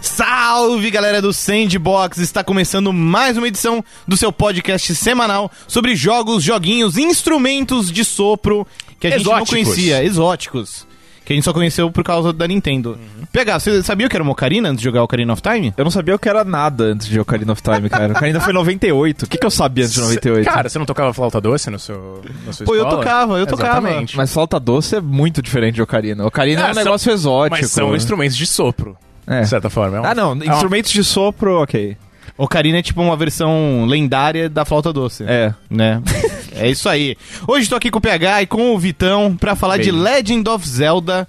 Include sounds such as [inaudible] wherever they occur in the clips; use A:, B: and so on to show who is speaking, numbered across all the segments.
A: Salve galera do Sandbox! Está começando mais uma edição do seu podcast semanal sobre jogos, joguinhos, instrumentos de sopro que a
B: Exóticos.
A: gente não conhecia, exóticos. Que a gente só conheceu por causa da Nintendo. Pegar, você sabia que era uma Ocarina antes de jogar Ocarina of Time?
C: Eu não sabia o que era nada antes de Ocarina of Time, cara. Ocarina foi em 98. O que, que eu sabia antes de 98?
B: Cara, você não tocava flauta doce no seu, na sua
A: Pô, eu
B: escola?
A: tocava, eu tocava.
B: Exatamente.
C: Mas flauta doce é muito diferente de Ocarina. Ocarina
B: Ah,
C: é um
B: são-
C: negócio exótico.
B: Mas
A: tipo,
B: são instrumentos de sopro,
C: É.
B: de certa forma. É um-
C: Ah, não.
B: é um-
C: Instrumentos de sopro, ok.
A: Ocarina é tipo uma versão lendária da flauta doce.
C: É.
A: Né? é isso aí. Hoje tô aqui com o PH e com o Vitão pra falar de
B: Bem.
A: Legend of Zelda.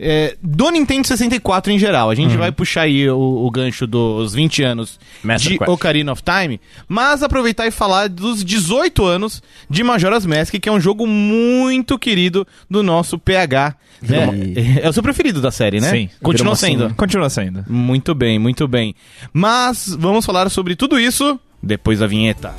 A: é, do Nintendo 64 em geral. A gente vai puxar aí o, o gancho dos 20 anos
B: Master
A: de
B: Quest.
A: Ocarina of Time, mas aproveitar e falar dos 18 anos de Majora's Mask, que é um jogo muito querido do nosso PH. né? É o seu preferido da série, né?
C: Sim.
A: Continua
C: Virou uma-
A: sendo.
C: Continua sendo.
A: Muito bem, muito bem. Mas vamos falar sobre tudo isso depois da vinheta.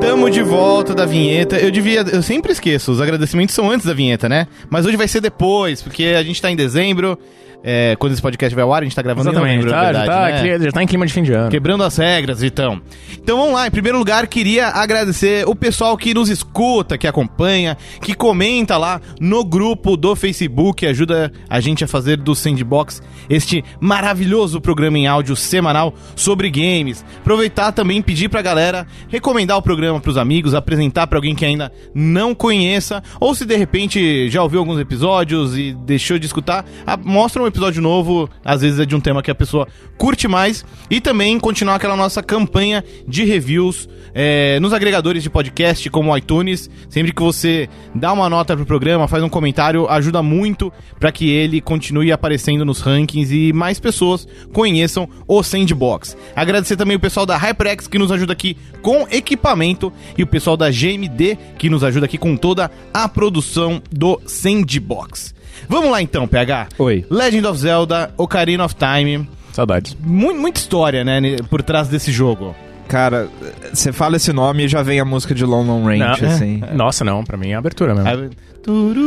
A: Tamo de volta da vinheta. Eu devia. Eu sempre esqueço, os agradecimentos são antes da vinheta, né? Mas hoje vai ser depois, porque a gente tá em dezembro. é, quando esse podcast vai ao ar, a gente tá gravando em
B: Exatamente,
A: novembro,
B: tá,
A: na
B: já,
A: verdade,
B: tá,
A: né?
B: cri- já tá em clima de fim de ano.
A: Quebrando as regras, Vitão. Então vamos lá, em primeiro lugar, queria agradecer o pessoal que nos escuta, que acompanha, que comenta lá no grupo do Facebook, ajuda a gente a fazer do Sandbox este maravilhoso programa em áudio semanal sobre games. Aproveitar também e pedir pra galera recomendar o programa pros amigos, apresentar pra alguém que ainda não conheça, ou se de repente já ouviu alguns episódios e deixou de escutar, a- mostra um episódio novo, às vezes é de um tema que a pessoa curte mais, e também continuar aquela nossa campanha de reviews é, nos agregadores de podcast, como o iTunes. Sempre que você dá uma nota pro programa, faz um comentário, ajuda muito para que ele continue aparecendo nos rankings e mais pessoas conheçam o Sandbox. Agradecer também o pessoal da HyperX que nos ajuda aqui com equipamento e o pessoal da GMD que nos ajuda aqui com toda a produção do Sandbox. Vamos lá então, PH.
C: Oi.
A: Legend of Zelda, Ocarina of Time.
B: Saudades.
A: Mu- muita história, né, ne- por trás desse jogo.
C: Cara, você fala esse nome e já vem a música de Long Long Range,
B: Não.
C: assim.
B: Nossa, não, pra mim é a abertura mesmo.
A: Aí-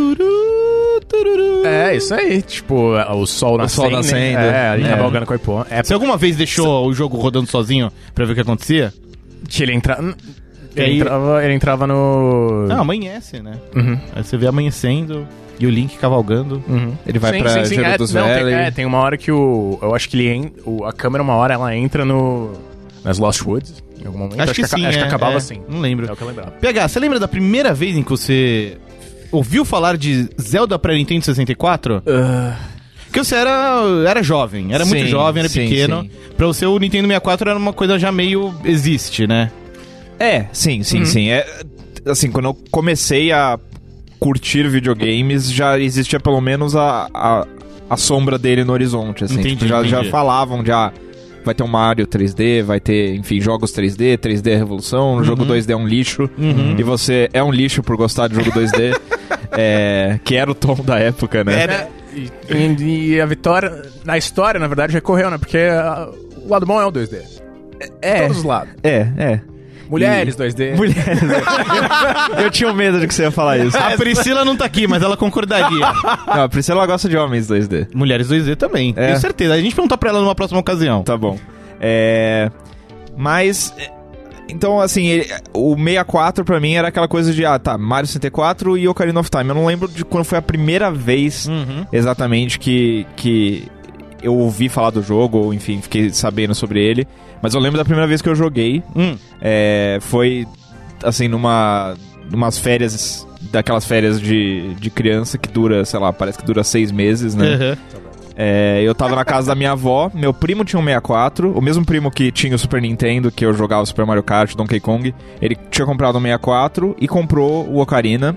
A: Tururu, tururu.
B: É, isso aí, tipo, é, o sol nascendo.
C: sol nascendo.
B: É, a gente
C: É.
B: cavalgando com a Ipô. É,
A: Você alguma vez deixou o jogo rodando sozinho pra ver o que acontecia?
B: que ele entra...
C: Hum.
A: E
B: Ele,
A: aí-
B: entrava, ele entrava no...
A: Não, amanhece, né?
B: Uhum.
A: Aí você vê amanhecendo e o Link cavalgando.
B: Uhum.
C: Ele vai
B: Sim,
C: pra
B: sim, sim,
C: Gelo
B: é,
C: dos
B: não, tem-
C: Valley.
B: é, tem uma hora que o. Eu acho que ele en- o- a câmera, uma hora, ela entra no. Nas Lost Woods, em algum momento.
A: Acho, que,
B: aca-
A: sim,
B: Acho
A: é,
B: que acabava
A: é.
B: assim.
A: Não lembro.
B: É o que eu lembrava.
A: PH, você lembra da primeira vez em que você ouviu falar de Zelda pra Nintendo 64?
B: É. Ah,
A: Porque você era, era jovem, era muito
C: Sim,
A: jovem, era
C: sim,
A: pequeno.
C: sim.
A: Pra você, o Nintendo 64 era uma coisa já meio existe, né?
C: É, sim, sim, sim. É, assim, quando eu comecei a curtir videogames, já existia pelo menos a, a, a sombra dele no horizonte, assim.
A: Entendi,
C: Tipo, já, já
A: entendi.
C: falavam de, ah, vai ter um Mario 3D, vai ter, enfim, jogos 3D, 3D é revolução, o jogo 2D é um lixo, e você é um lixo por gostar de jogo 2D, é, que era o tom da época, né?
B: Era- E, e- e a vitória. Na história, na verdade, recorreu, né? Porque ah, o lado bom é o 2D.
C: é,
B: Todos os lados.
C: é, é.
B: Mulheres 2D.
C: Mulheres. eu, eu tinha medo de que você ia falar
A: [laughs]
C: isso.
A: A Priscila não tá aqui, mas ela concordaria.
C: Não, a Priscila gosta de homens 2D.
A: Mulheres 2D também,
C: É.
A: tenho certeza. A gente perguntar pra ela numa próxima ocasião.
C: Tá bom. É. Mas. é, Então, assim, ele- o 64 pra mim era aquela coisa de, ah, tá, Mario 64 e Ocarina of Time. Eu não lembro de quando foi a primeira vez
A: Uhum.
C: exatamente que, que eu ouvi falar do jogo, ou enfim, fiquei sabendo sobre ele. Mas eu lembro da primeira vez que eu joguei.
A: Hum.
C: É, foi, assim, numa. numas férias. Daquelas férias de, de criança que dura, sei lá, parece que dura seis meses, né?
A: Uhum.
C: É, eu tava na casa da minha avó, meu primo tinha um 64, o mesmo primo que tinha o Super Nintendo, que eu jogava Super Mario Kart, Donkey Kong, ele tinha comprado um 64 e comprou o Ocarina.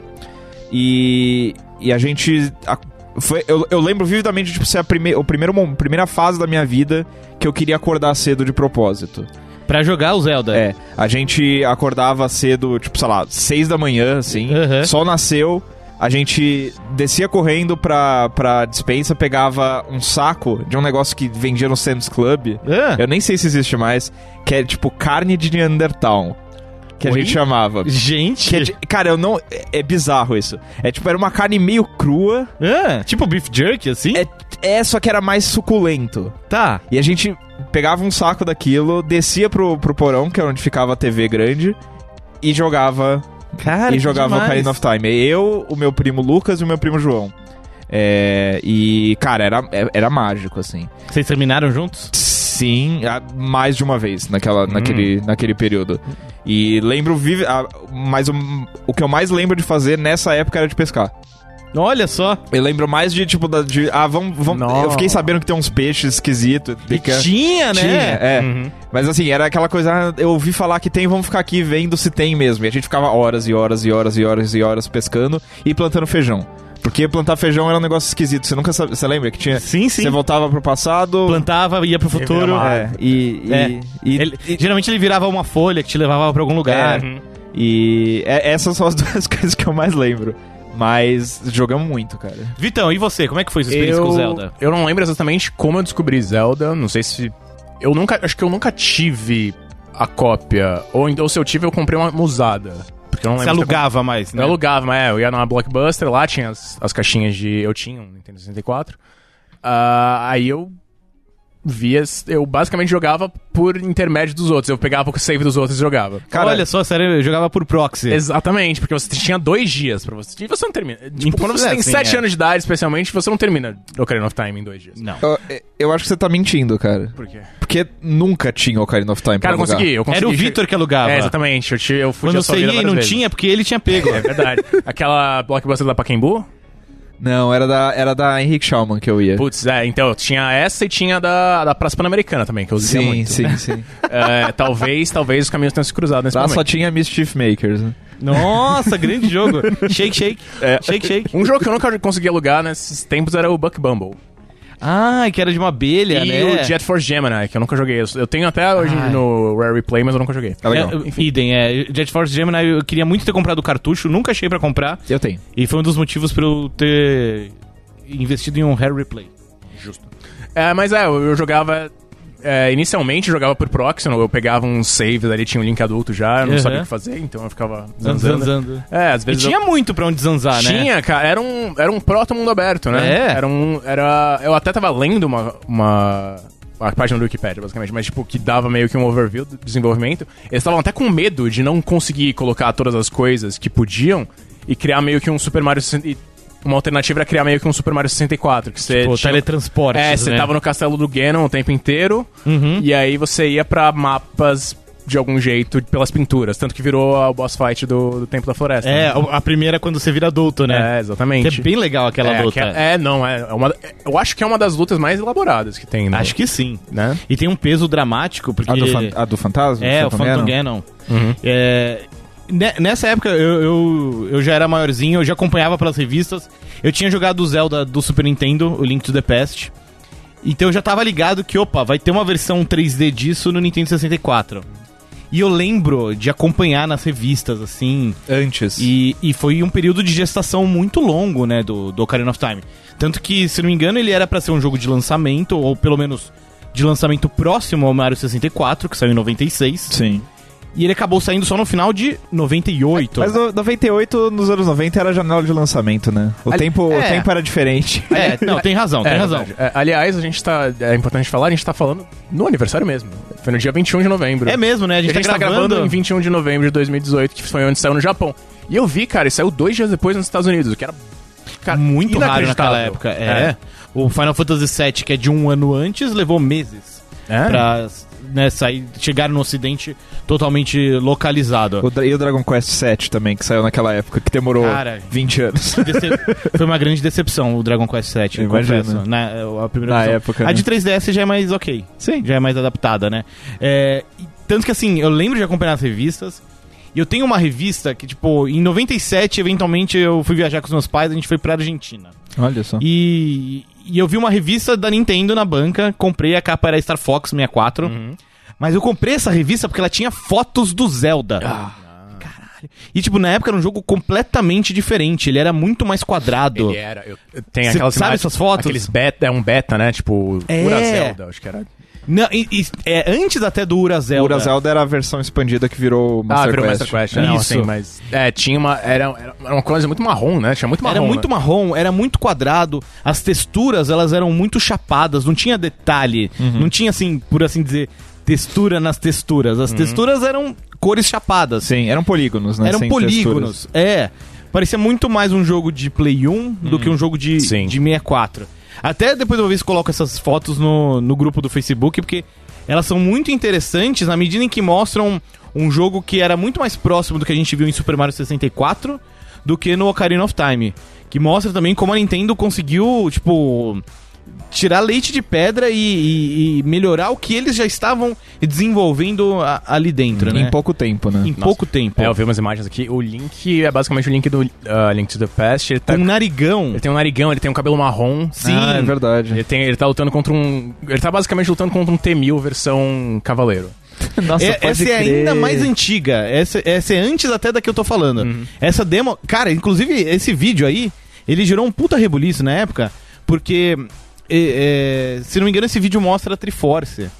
C: E, e a gente. a- foi, eu, eu lembro vividamente de tipo, ser a prime, o primeiro, mo- primeira fase da minha vida que eu queria acordar cedo de propósito.
A: Pra jogar o Zelda.
C: É, a gente acordava cedo, tipo, sei lá, seis da manhã, assim,
A: Uhum.
C: sol nasceu, a gente descia correndo pra, pra dispensa, pegava um saco de um negócio que vendia no Sam's Club.
A: Ah.
C: Eu nem sei se existe mais, que é tipo carne de Neandertal. Que a
A: Oi?
C: gente chamava.
A: Gente.
C: Que é de- cara, eu não. É, é bizarro isso. É tipo, era uma carne meio crua.
A: Ah, tipo beef jerky, assim?
C: É, é, só que era mais suculento.
A: Tá.
C: E a gente pegava um saco daquilo, descia pro, pro porão, que é onde ficava a TV grande, e jogava.
A: Cara,
C: e jogava o Ocarina of Time. Eu, o meu primo Lucas e o meu primo João. É, e, cara, era, é- era mágico, assim.
A: Vocês terminaram juntos?
C: Sim, a- mais de uma vez
A: Hum.
C: naquela, naquele, naquele período. E lembro vive. a- mas o, o que eu mais lembro de fazer nessa época era de pescar.
A: Olha só.
C: Eu lembro mais de, tipo, da- de. Ah, vamos. vamos
B: Nossa.
C: eu fiquei sabendo que tem uns peixes esquisitos.
A: E tinha, né?
C: Tinha, é.
A: Uhum.
C: Mas assim, era aquela coisa, ah, eu ouvi falar que tem, vamos ficar aqui vendo se tem mesmo. E a gente ficava horas e horas e horas e horas e horas pescando e plantando feijão. Porque plantar feijão era um negócio esquisito, você nunca sabe, você lembra que tinha...
A: Sim, sim.
C: Você voltava pro passado...
A: Plantava, ia pro futuro.
B: uma
C: É, e... e,
A: É.
C: e,
A: Ele- geralmente ele virava uma folha que te levava pra algum lugar.
C: É. e- é- essas são as [laughs] duas coisas que eu mais lembro. Mas jogamos muito, cara.
A: Vitão, e você? Como é que foi sua experiência com Zelda?
B: Eu não lembro exatamente como eu descobri Zelda. Não sei se. Eu nunca. Acho que eu nunca tive a cópia. Ou, então, se eu tive, eu comprei uma usada. Porque eu não
A: Você
B: lembro. se eu
A: alugava mais, né?
B: Eu alugava, mas é, eu ia numa Blockbuster, lá tinha as, as caixinhas de. Eu tinha um Nintendo 64. Ah, aí eu via. Eu basicamente jogava por intermédio dos outros. Eu pegava o save dos outros e jogava.
C: Cara,
A: Olha só, sério, eu jogava por proxy.
B: Exatamente, porque você tinha dois dias pra você. E você não termina. Tipo, quando você
A: é,
B: tem
A: sim,
B: sete
A: é.
B: anos de idade, especialmente, você não termina Ocarina of Time em dois dias.
A: Não.
C: eu, eu acho que você tá mentindo, cara.
B: Por quê?
C: Porque nunca tinha Ocarina of Time pra
B: Cara, eu
C: alugar.
B: consegui, eu consegui.
A: Era o Vitor que alugava.
B: É, exatamente. Eu, te, eu fui
A: Quando você ia e não tinha, porque ele tinha pego.
B: É verdade. Aquela Blockbuster da Pacaembu?
C: Não, era da, era da Henrique Schaumann que eu ia.
B: Putz, é, então tinha essa e tinha da, da Praça Pan-Americana também, que eu usei
C: sim,
B: muito. [laughs]
C: sim, sim.
B: É, talvez, talvez os caminhos tenham se cruzado nesse
C: Lá só
B: momento.
C: tinha Mischief Makers, né?
A: [laughs] Nossa, grande jogo. Shake, shake. Shake, shake.
B: Um jogo que eu nunca consegui alugar nesses tempos era o Buck Bumble.
A: Ah, que era de uma abelha,
B: e
A: né?
B: o Jet Force Gemini, que eu nunca joguei. Eu- Eu tenho até hoje
A: Ai.
B: no Rare Replay, mas eu nunca joguei.
C: É legal.
A: É, idem, é. Jet Force Gemini, eu queria muito ter comprado o cartucho, nunca achei pra comprar.
C: Eu tenho.
A: E foi um dos motivos pra eu ter investido em um Hair Replay.
B: Justo. É, mas é, eu, eu jogava. é, inicialmente eu jogava por proxy, eu pegava uns saves ali, tinha um link adulto já, eu não
A: Uhum.
B: sabia o que fazer, então eu ficava zanzando.
A: Zanzando.
B: É, às
A: E
B: vezes eu-
A: tinha muito pra onde zanzar, né?
B: Tinha, cara, era um, era um proto mundo aberto, né?
A: É.
B: Era um. Era, eu até tava lendo uma. uma... A página do Wikipedia, basicamente, mas tipo, que dava meio que um overview do desenvolvimento. Eles estavam até com medo de não conseguir colocar todas as coisas que podiam e criar meio que um Super Mario 60 e Uma alternativa era criar meio que um Super Mario 64, que você.
A: Pô,
B: tinha-
A: teletransporte.
B: é, você
A: Tipo, né?
B: tava no castelo do Ganon o tempo inteiro,
A: Uhum.
B: e aí você ia pra mapas de algum jeito pelas pinturas, tanto que virou a boss fight do, do Tempo da Floresta.
A: É,
B: né?
A: a primeira é quando você vira adulto, né?
B: É,
A: Que
B: exatamente.
A: é bem legal aquela
B: é,
A: luta.
B: que é, é, não, é. é uma, eu acho que é uma das lutas mais elaboradas que tem, né?
A: Acho que sim.
B: Né?
A: E tem um peso dramático, porque...
C: A Ah, do, fan- a do Fantasma?
A: É, o
C: Phantom Uhum.
A: Phantom
C: Menace?
A: Ganon. É, ne- nessa época, eu, eu, eu já era maiorzinho, eu já acompanhava pelas revistas. Eu tinha jogado o Zelda do Super Nintendo, o Link to the Past. Então eu já tava ligado que, opa, vai ter uma versão 3D disso no Nintendo 64. E eu lembro de acompanhar nas revistas, assim,
C: Antes.
A: e, e foi um período de gestação muito longo, né, do, do Ocarina of Time. Tanto que, se não me engano, ele era pra ser um jogo de lançamento, ou pelo menos de lançamento próximo ao Mario 64, que saiu em 96.
C: Sim.
A: E ele acabou saindo só no final de 98.
C: Mas no, 98, nos anos 90, era a janela de lançamento, né? O,
B: Ali-
C: tempo,
A: é.
C: o tempo era diferente. [laughs]
A: É, não, tem razão, tem
B: É,
A: razão.
B: verdade. É, aliás, a gente tá. É importante falar, a gente tá falando no aniversário mesmo. Foi no dia 21 de novembro.
A: É mesmo, né? A
B: A
A: gente,
B: gente,
A: tá, gravando.
B: em 21 de novembro de 2018, que foi onde saiu no Japão. E eu vi, cara, e saiu dois dias depois nos Estados Unidos, o que era. cara,
A: Muito raro
B: inacreditável.
A: naquela época. É. O Final Fantasy VII, que é de um ano antes, levou meses
B: É.
A: pra né, sair, chegar no ocidente totalmente localizado.
C: O Dra- e o Dragon Quest VII também, que saiu naquela época, que demorou
A: Cara.
C: 20 anos.
A: Dece- Foi uma grande decepção o Dragon Quest VII, eu
C: Imagino.
A: confesso. Na, a primeira
C: Na
A: versão.
C: época,
A: A
C: né?
A: de 3DS já é mais ok.
C: Sim.
A: Já é mais adaptada, né? É, e tanto que assim, eu lembro de acompanhar as revistas. E eu tenho uma revista que, tipo, em 97, eventualmente, eu fui viajar com os meus pais, a gente foi pra Argentina.
C: Olha só.
A: E, e eu vi uma revista da Nintendo na banca, comprei, a capa era Star Fox
B: Uhum. Ah.
A: 64. Mas eu comprei essa revista porque ela tinha fotos do Zelda. Caralho. caralho. E, tipo, na época era um jogo completamente diferente. Ele era muito mais quadrado.
B: Ele é. era. Eu, eu- tem
A: Cê
B: aquelas
A: sabe
B: imagens-
A: essas fotos?
B: Aqueles beta, é um beta, né? Tipo,
A: É.
B: pura Zelda, acho que era.
A: Não, e- e- é antes até do Ura Zelda.
C: O Ura Zelda era a versão expandida que virou Master
B: ah, virou
C: Quest.
B: Master Quest, né? Não,
A: Isso.
B: assim, mas. É, tinha uma. Era, era uma coisa muito marrom, né? Tinha muito marrom.
A: Era muito
B: né?
A: marrom, era muito quadrado, as texturas elas eram muito chapadas, não tinha detalhe,
B: Uhum.
A: não tinha assim, por assim dizer, textura nas texturas.
B: Uhum.
A: As texturas eram cores chapadas,
C: Sim, eram polígonos, né?
A: eram
C: Sem
A: polígonos. É, parecia muito mais um jogo de Play 1 do
C: Hum.
A: que um jogo de, de
B: Sim.
A: 64. Até depois eu vou ver se coloco essas fotos no, no grupo do Facebook, porque elas são muito interessantes na medida em que mostram um jogo que era muito mais próximo do que a gente viu em Super Mario 64 do que no Ocarina of Time. Que mostra também como a Nintendo conseguiu, tipo, tirar leite de pedra e, e- e melhorar o que eles já estavam desenvolvendo a- ali dentro, né?
C: texturas. Em pouco tempo, né?
A: Em pouco tempo.
B: É, eu vi umas imagens aqui. O Link é basicamente o Link do ah, Link to the Past. Ele, tá,
A: Com um narigão.
B: ele tem um narigão, ele tem um cabelo marrom.
A: Sim.
C: Ah, é verdade.
B: [laughs] Ele, tem, ele tá lutando contra um. Ele tá basicamente lutando contra um T-1000 versão Cavaleiro.
C: Nossa,
A: É- essa é ainda mais antiga. Essa, essa é antes até da que eu tô falando. Essa demo. Cara, inclusive, esse vídeo aí, ele gerou um puta rebuliço na época, porque. é, é, se não me engano, esse vídeo mostra a Triforce.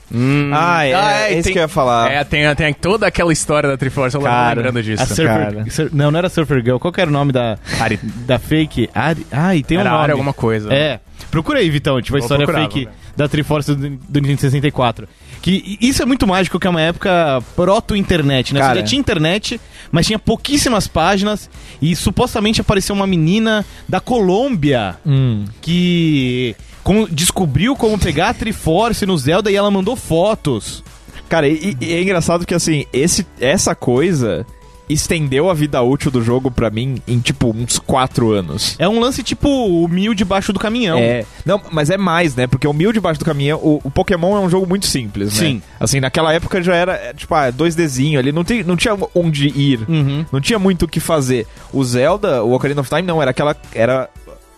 D: Ah, é,
B: Ah, é,
D: é isso
B: tem-
D: que eu ia falar.
B: É, tem, tem toda aquela história da Triforce, eu
A: Cara, é
B: tava lembrando disso.
A: a Surfer,
D: cara.
A: Sur- não, não era Surfer Girl. Qual que era o nome da,
B: Ari-
A: da fake? Ari, ai, tem um
B: Era
A: nome.
B: área alguma coisa.
A: É. Procura aí, Vitão, tipo, a
B: Vou
A: história
B: procurar,
A: fake
B: vou
A: da Triforce do, do Nintendo 64. Que i- isso é muito mágico, que é uma época proto-internet, né? Você
C: Cara.
A: já tinha internet, mas tinha pouquíssimas páginas e supostamente apareceu uma menina da Colômbia
C: Hum.
A: que com- descobriu como pegar a Triforce no Zelda e ela mandou fotos.
C: Cara, e, e é engraçado que assim, esse, essa coisa estendeu a vida útil do jogo pra mim em tipo uns 4 anos.
A: É um lance tipo o mil debaixo do caminhão.
C: É, não, mas é mais, né? Porque o Mil debaixo do caminhão, o, o Pokémon é um jogo muito simples, né?
A: Sim.
C: Assim, naquela época já era, é, tipo, ah, 2Dzinho ali, não, tem, não tinha onde ir,
A: Uhum.
C: não tinha muito o que fazer. O Zelda, o Ocarina of Time, não, era aquela. Era,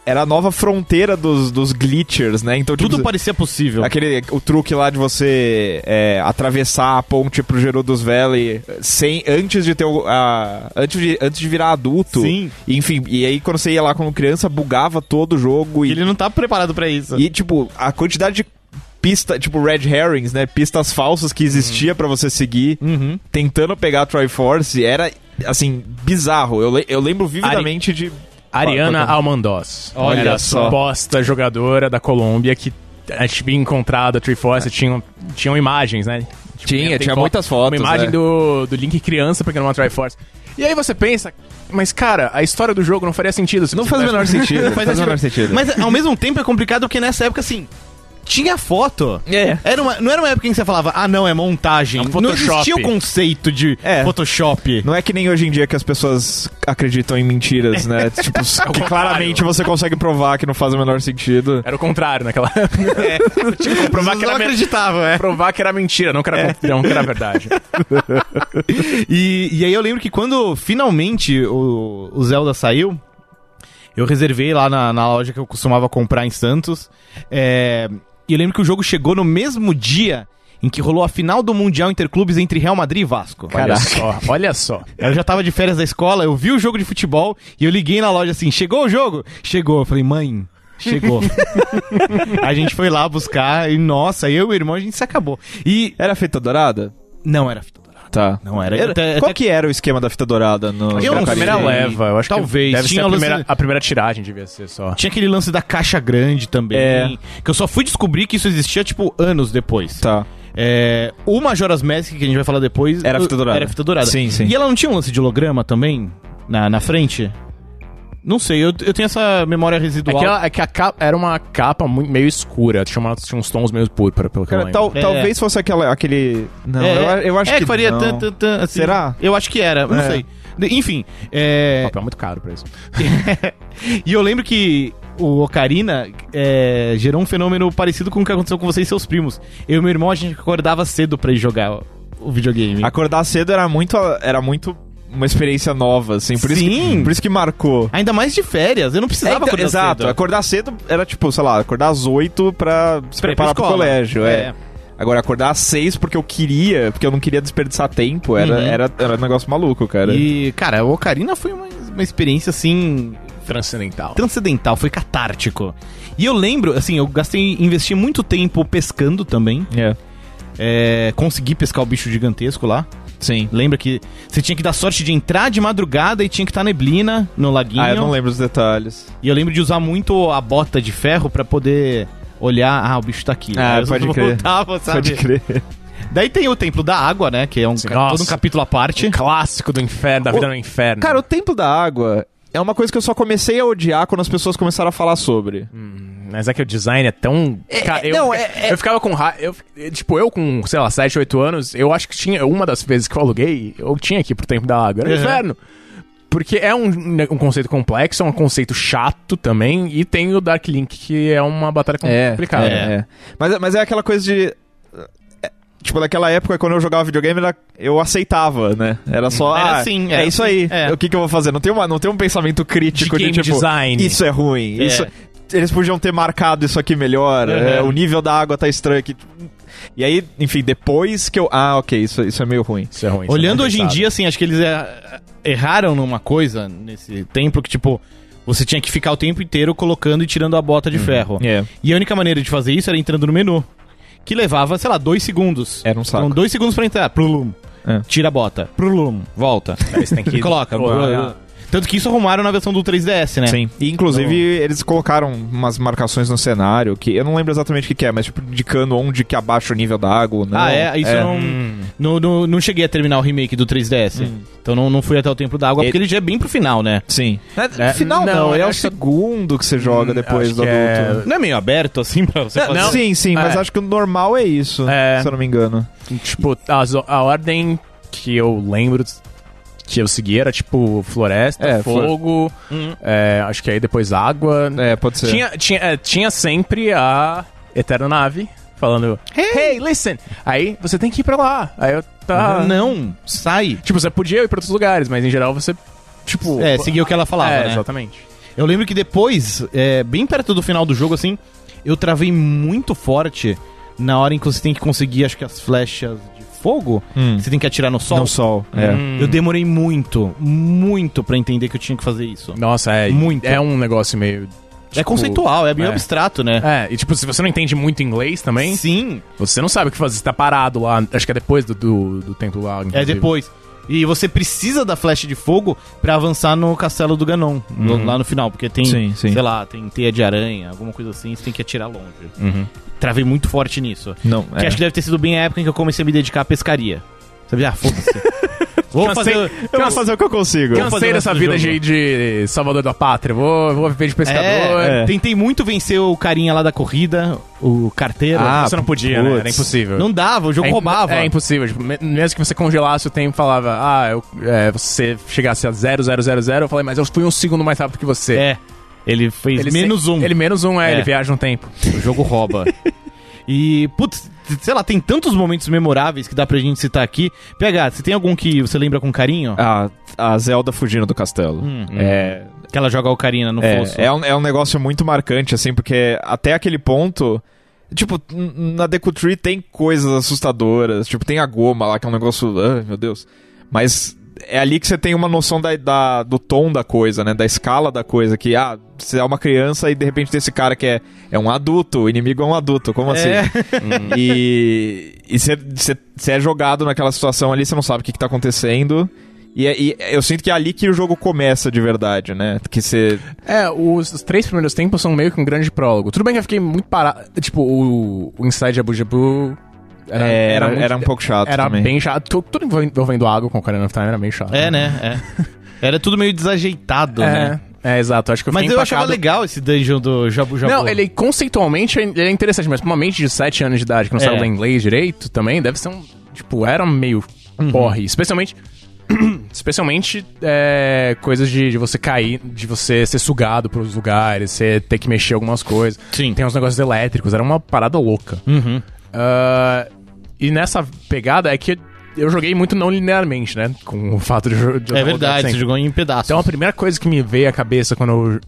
C: era a nova fronteira dos, dos glitchers, né? Então, tipo,
A: Tudo parecia possível.
C: Aquele, o truque lá de você é, atravessar a ponte pro Gerudos Valley eh, sem, antes de ter o, a, antes, de, antes de virar adulto.
A: Sim.
C: E, enfim, e aí quando você ia lá como criança, bugava todo o jogo. E,
A: Ele não tá preparado pra isso.
C: e, tipo, a quantidade de pista, tipo red herrings, né? Pistas falsas que existia pra você seguir,
A: Uhum.
C: tentando pegar a Triforce, era, assim, bizarro. Eu, le- eu lembro vividamente de...
B: Ariana
C: Qual-
B: Almandoz.
A: Olha
B: Era a
C: só.
B: Suposta jogadora da Colômbia que a gente tinha encontrado a
C: É.
B: Triforce, tinham, tinham imagens, né? Tipo, tem fo-
C: fotos, é.
B: Uma imagem do, do Link criança pegando uma Triforce. E aí você pensa, mas cara, a história do jogo não faria sentido. se
C: Não
B: você
C: faz o menor sentido.
A: Faz
C: faz o
A: sentido.
C: menor sentido.
A: Mas ao mesmo tempo é complicado porque nessa época, assim, tinha foto.
C: É.
A: Era uma, não era uma época em que você falava, ah, não, é montagem.
B: É um
A: não
B: Photoshop.
A: existia o conceito de
C: É.
A: Photoshop.
C: Não é que nem hoje em dia que as pessoas acreditam em
A: [laughs]
C: mentiras, né?
A: É
C: tipo, que
B: contrário.
C: claramente você consegue provar que não faz o menor sentido.
B: Era o contrário né? naquela
A: Tipo,
B: provar que era
A: não
B: me-
A: acreditava, é.
B: [laughs] provar que era mentira, não que
C: É.
B: era, não que era
C: [laughs]
B: verdade.
A: E, e aí eu lembro que quando finalmente o, o Zelda saiu, eu reservei lá na, na loja que eu costumava comprar em Santos. é, e eu lembro que o jogo chegou no mesmo dia em que rolou a final do Mundial Interclubes entre Real Madrid e Vasco.
B: Olha só, olha só.
A: Eu já tava de férias da escola, eu vi o jogo de futebol e eu liguei na loja assim: chegou o jogo? Chegou. Eu falei, mãe. Chegou. [laughs] a gente foi lá buscar e, nossa, eu e o irmão, a gente se acabou. E.
C: Era fita dourada?
A: Não era fita dourada.
C: Tá.
A: Não era. até-
C: Qual
A: até-
C: que era o esquema da fita dourada
A: Eu não
C: no no
B: a
A: sei.
C: Ocarina?
B: primeira leva, eu acho
A: Talvez.
B: que deve ser
A: Tinha
B: a
A: lance-
B: primeira, a primeira tiragem devia ser só.
A: Tinha aquele lance da caixa grande também.
C: É.
A: Que eu só fui descobrir que isso existia, tipo, anos depois.
C: Tá.
A: É, o Majora's Mask, que a gente vai falar depois.
C: Era fita dourada.
A: Era fita dourada.
C: Sim, sim.
A: E ela não tinha um lance de holograma também? Na, na frente? Não sei, eu, eu tenho essa memória
B: É
A: residual.
B: que, ela- é que a capa, era uma capa mui- meio escura, tinha, uma- tinha uns tons meio púrpura, pelo que eu
C: Cara,
B: lembro.
C: tal-
A: É.
C: talvez fosse aquela, aquele... Não,
A: É,
C: eu, eu acho
A: é
C: que
A: faria
C: não.
A: tan, tan, tan, assim.
C: Será?
A: Eu acho que era, não
C: É.
A: sei. De- Enfim, é,
B: Papel muito caro pra isso.
A: e eu lembro que o Ocarina é, gerou um fenômeno parecido com o que aconteceu com você e seus primos. Eu e meu irmão, a gente acordava cedo pra ir jogar o- o videogame.
C: Acordar cedo era muito, era muito uma experiência nova, assim. Por Isso
A: Sim. Ah,
C: que, por isso que marcou.
A: Ainda mais de férias, eu não
C: É,
A: precisava
C: então,
A: acordar
C: exato,
A: cedo.
C: acordar cedo era tipo, sei lá, acordar às 8 pra se
A: Pra ir pra
C: preparar pro
A: escola.
C: colégio. É.
A: É.
C: Agora, acordar às seis porque eu queria, porque eu não queria desperdiçar tempo, era,
A: Uhum.
C: era, era um negócio maluco, cara.
A: E, cara, o Ocarina foi uma, uma experiência, assim,
B: Transcendental.
A: transcendental, foi catártico. E eu lembro, assim, eu gastei, investi muito tempo pescando também.
C: É.
A: É, consegui pescar o bicho gigantesco lá.
C: Sim.
A: Lembra que você tinha que dar sorte de entrar de madrugada e tinha que estar neblina no laguinho.
C: Ah, eu não lembro os detalhes.
A: E eu lembro de usar muito a bota de ferro pra poder olhar, ah, o bicho tá aqui.
C: Ah,
A: Aí eu
C: pode crer.
A: voltava, sabe?
C: Pode crer.
A: Daí tem o templo da água, né, que é um, ca- todo
B: Nossa.
A: um capítulo à parte.
B: Clássico do inferno, da vida
C: Ô,
B: no inferno.
C: [laughs] Cara, o Templo da Água é uma coisa que eu só comecei a odiar quando as pessoas começaram a falar sobre.
B: Mas é que o design é tão. Cara, eu,
C: não, é-
B: eu ficava com raiva. Tipo, eu com, sei lá, 7, 8 anos, eu acho que tinha. Uma das vezes que eu aluguei, eu tinha que ir pro tempo da água. Era um
A: Uhum.
B: inferno. Porque é um, um conceito complexo, é um conceito chato também, e tem o Dark Link, que é uma batalha complicada.
A: é.
C: É. Mas, mas é aquela coisa de. é, Tipo, naquela época, quando eu jogava videogame, era- eu aceitava, né? Era só.
A: Era
C: ah,
A: assim,
C: é
A: era
C: isso
A: assim,
C: aí.
A: é.
C: O que, que eu vou fazer? Não tem, uma, não tem um pensamento crítico de,
B: De game
C: tipo.
B: design.
C: Isso é ruim.
A: É.
C: Isso, eles podiam ter marcado isso aqui melhor.
A: Uhum.
C: é, o nível da água tá estranho aqui. E aí, enfim, depois que eu. Ah, ok, isso, isso é meio ruim.
B: Isso é ruim. isso é
A: Olhando
B: muito
A: hoje em
B: pesado.
A: dia, assim, acho que eles é, erraram numa coisa nesse templo que, tipo, você tinha que ficar o tempo inteiro colocando e tirando a bota de ferro.
C: É.
A: E a única maneira de fazer isso era entrando no menu. Que levava, sei lá, dois segundos.
C: Era um saco.
A: Então, dois segundos pra entrar. Prulum.
C: É.
A: Tira a bota. Prulum. Volta.
B: [laughs] Aí você
A: [laughs]
B: tem que-
A: Coloca.
B: Pô,
A: Prulum. Tanto que isso arrumaram na versão do 3DS, né?
C: Sim. E inclusive eles colocaram umas marcações no cenário que eu não lembro exatamente o que, que é, mas tipo, indicando onde que abaixa o nível da água ou não.
A: Ah, é? Isso eu não,
B: Hum.
A: não, não, não cheguei a terminar o remake do 3DS. Então não, não fui até o Templo da Água, porque ele já é bem pro final, né?
C: Sim.
B: É,
C: Final não, ele é o
B: acho que-
C: segundo que você joga depois
B: acho
C: do
B: que é-
C: adulto.
A: Não é meio aberto assim pra você fazer?
B: não.
C: Sim, sim, mas
B: É.
C: acho que o normal é isso,
B: É.
C: se eu não me engano.
B: Tipo, as- a, ordem que eu lembro que eu segui era tipo floresta,
C: É, flor-
B: fogo,
A: Uhum.
B: é, acho que aí depois água.
C: É, pode ser.
B: Tinha, tinha, é, tinha sempre a Eterna Nave falando: Hey, listen! Aí você tem que ir pra lá. Aí eu tá.
A: Uhum. Não, sai.
B: Tipo, você podia ir pra outros lugares, mas em geral você. Tipo.
A: É, seguiu o que ela falava,
B: É,
A: né?
B: exatamente.
A: Eu lembro que depois, é, bem perto do final do jogo, assim, eu travei muito forte na hora em que você tem que conseguir, acho que as flechas de fogo,
C: Hum.
A: que você tem que atirar no sol.
C: Não sol. É.
B: Hum.
A: Eu demorei muito, muito pra entender que eu tinha que fazer isso.
B: Nossa, é.
A: Muito.
B: É um negócio meio.
A: é
B: tipo,
A: conceitual, é meio
B: é.
A: abstrato, né?
B: É, e tipo, se você não entende muito inglês também,
A: Sim,
B: Você não sabe o que fazer, você tá parado lá. Acho que é depois do, do, do templo lá.
A: é
B: inclusive.
A: depois. E você precisa da flecha de fogo pra avançar no castelo do Ganon, no-
B: Uhum.
A: lá no final, porque tem,
C: Sim, sim.
A: sei lá, tem teia de aranha, alguma coisa assim, você tem que atirar longe.
B: Uhum.
A: Travei muito forte nisso.
C: Não,
A: Que
C: é.
A: acho que deve ter sido bem a época em que eu comecei a me dedicar à pescaria. Sabe? Ah, foda-se.
B: [laughs]
A: vou
B: Cansei-
A: fazer.
C: Eu vou fazer o que eu consigo.
A: fazer o
B: Cansei
A: resto
B: dessa
A: do
B: vida
A: jogo.
B: de, de salvador da pátria. Vou, vou viver de pescador.
A: É,
C: é.
A: Tentei muito vencer o carinha lá da corrida, o carteiro.
C: Ah,
B: você não podia, né? Era
C: putz.
B: impossível.
A: não dava, o jogo
B: é, imp-
A: roubava.
B: É impossível. Tipo, me- mesmo que você congelasse o tempo e falava, ah, eu, é, você chegasse a 0000, eu falei, mas eu fui um segundo mais rápido que você.
A: É. Ele fez
B: Ele
A: menos
B: se-
A: um.
B: Ele menos um, é,
A: É.
B: ele viaja um tempo.
A: O jogo
B: [laughs]
A: rouba. E, putz, t- sei lá, tem tantos momentos memoráveis que dá pra gente citar aqui. PH, você tem algum que você lembra com carinho?
B: Ah.
C: A, Ah, a Zelda fugindo do castelo. É,
A: Que ela joga o Karina Hum, no fosso.
C: É, é um, é um negócio muito marcante, assim, porque até aquele ponto. Tipo, n- na Deku Tree tem coisas assustadoras. Tipo, tem a goma lá, que é um negócio. Ai, meu Deus. Mas é ali que você tem uma noção da, da- do tom da coisa, né? Da escala da coisa. Que, ah, você é uma criança e de repente tem esse cara que é, é um adulto. O inimigo é um adulto. Como assim?
A: É.
C: E e você- você você é jogado naquela situação ali, você não sabe o que, que tá acontecendo. E, é- e eu sinto que é ali que o jogo começa de verdade, né? Que você.
B: É, os, os três primeiros tempos são meio que um grande prólogo. Tudo bem que eu fiquei muito parado. Tipo, o, o Inside Abu Jabu. Era,
C: É, era,
B: muito-
C: era um pouco chato
B: Era
C: também.
B: bem chato. Tu- Tudo envol- envolvendo água com o Ocarina of Time era meio chato.
A: É, né?
B: [laughs]
A: É. Era tudo meio desajeitado,
B: É,
A: né?
B: é, exato. Acho que eu
A: Mas
B: fiquei
A: eu achava
B: empacado.
A: legal esse dungeon do Jabu Jabu.
B: Não, ele conceitualmente ele é interessante, mas pra uma mente de 7 anos de idade que não
A: É.
B: sabe ler inglês direito também, deve ser um. Tipo, era meio
A: Uhum.
B: porre. Especialmente. [clears throat] Especialmente é, coisas de, de você cair, de você ser sugado pros lugares, você ter que mexer algumas coisas.
A: Sim.
B: Tem uns negócios elétricos, era uma parada louca.
A: Uhum.
B: Ah, e nessa pegada é que eu joguei muito não linearmente, né? Com o fato de, jo- de eu
A: É
B: ter rodado
A: verdade,
B: sempre.
A: você jogou em pedaços.
B: Então a primeira coisa que me veio à cabeça quando eu.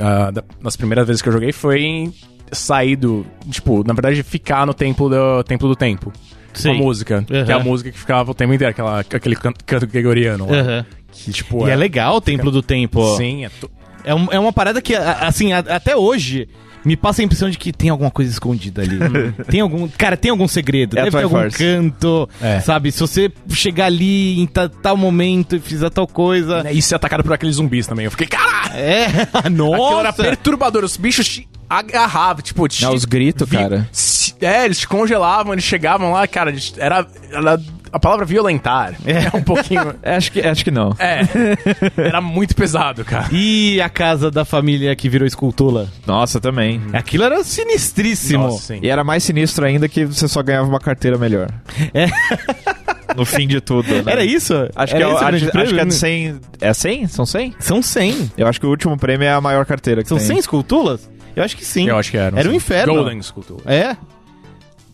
B: ah, da- nas primeiras vezes que eu joguei foi em sair do. Tipo, na verdade, ficar no templo do templo. Do tempo.
A: Sim.
B: Com a música.
A: Aham.
B: Que é a música que ficava o tempo inteiro, aquela, aquele can- canto gregoriano lá.
A: Aham.
B: Que, tipo,
A: E é legal o Templo do Tempo.
B: Sim, é to-
A: É, um- é uma parada que, a- assim, a- até hoje. Me passa a impressão de que tem alguma coisa escondida
C: [laughs]
A: ali. tem algum. Cara, tem algum segredo.
C: É a
A: deve ter algum
C: Triforce.
A: canto.
B: É.
A: Sabe? Se você chegar ali em ta- tal momento e fizer tal coisa.
B: né, E ser atacado por aqueles zumbis também. Eu fiquei, caralho!
A: É, [laughs]
B: Aquilo era
A: nossa!
B: perturbador. Os bichos te agarravam, tipo, te...
C: É, os gritos,
B: vi-
C: cara.
B: se- É, eles te congelavam, eles chegavam lá, cara, eles- era, era a palavra violentar. [laughs] É, um pouquinho...
C: É, acho, que, acho que não.
B: É,
A: [laughs]
B: era muito pesado, cara.
A: E a casa da família que virou escultura?
C: Nossa, também.
A: Aquilo era sinistríssimo.
B: sim.
C: E era mais sinistro ainda que você só ganhava uma carteira melhor.
A: É.
C: No fim de tudo, né?
A: Era isso?
C: Acho que,
A: era
C: é, o-
A: esse o grande
C: acho, acho que é
A: prêmio? né?
C: de 100... É 100? São 100?
A: São 100.
C: Eu acho que o último prêmio é a maior carteira que
A: São
C: tem.
A: 100 esculturas? Eu acho que sim.
B: Eu acho que era. não
A: Era um
B: sei.
A: inferno.
B: Golden Sculpture.
A: É.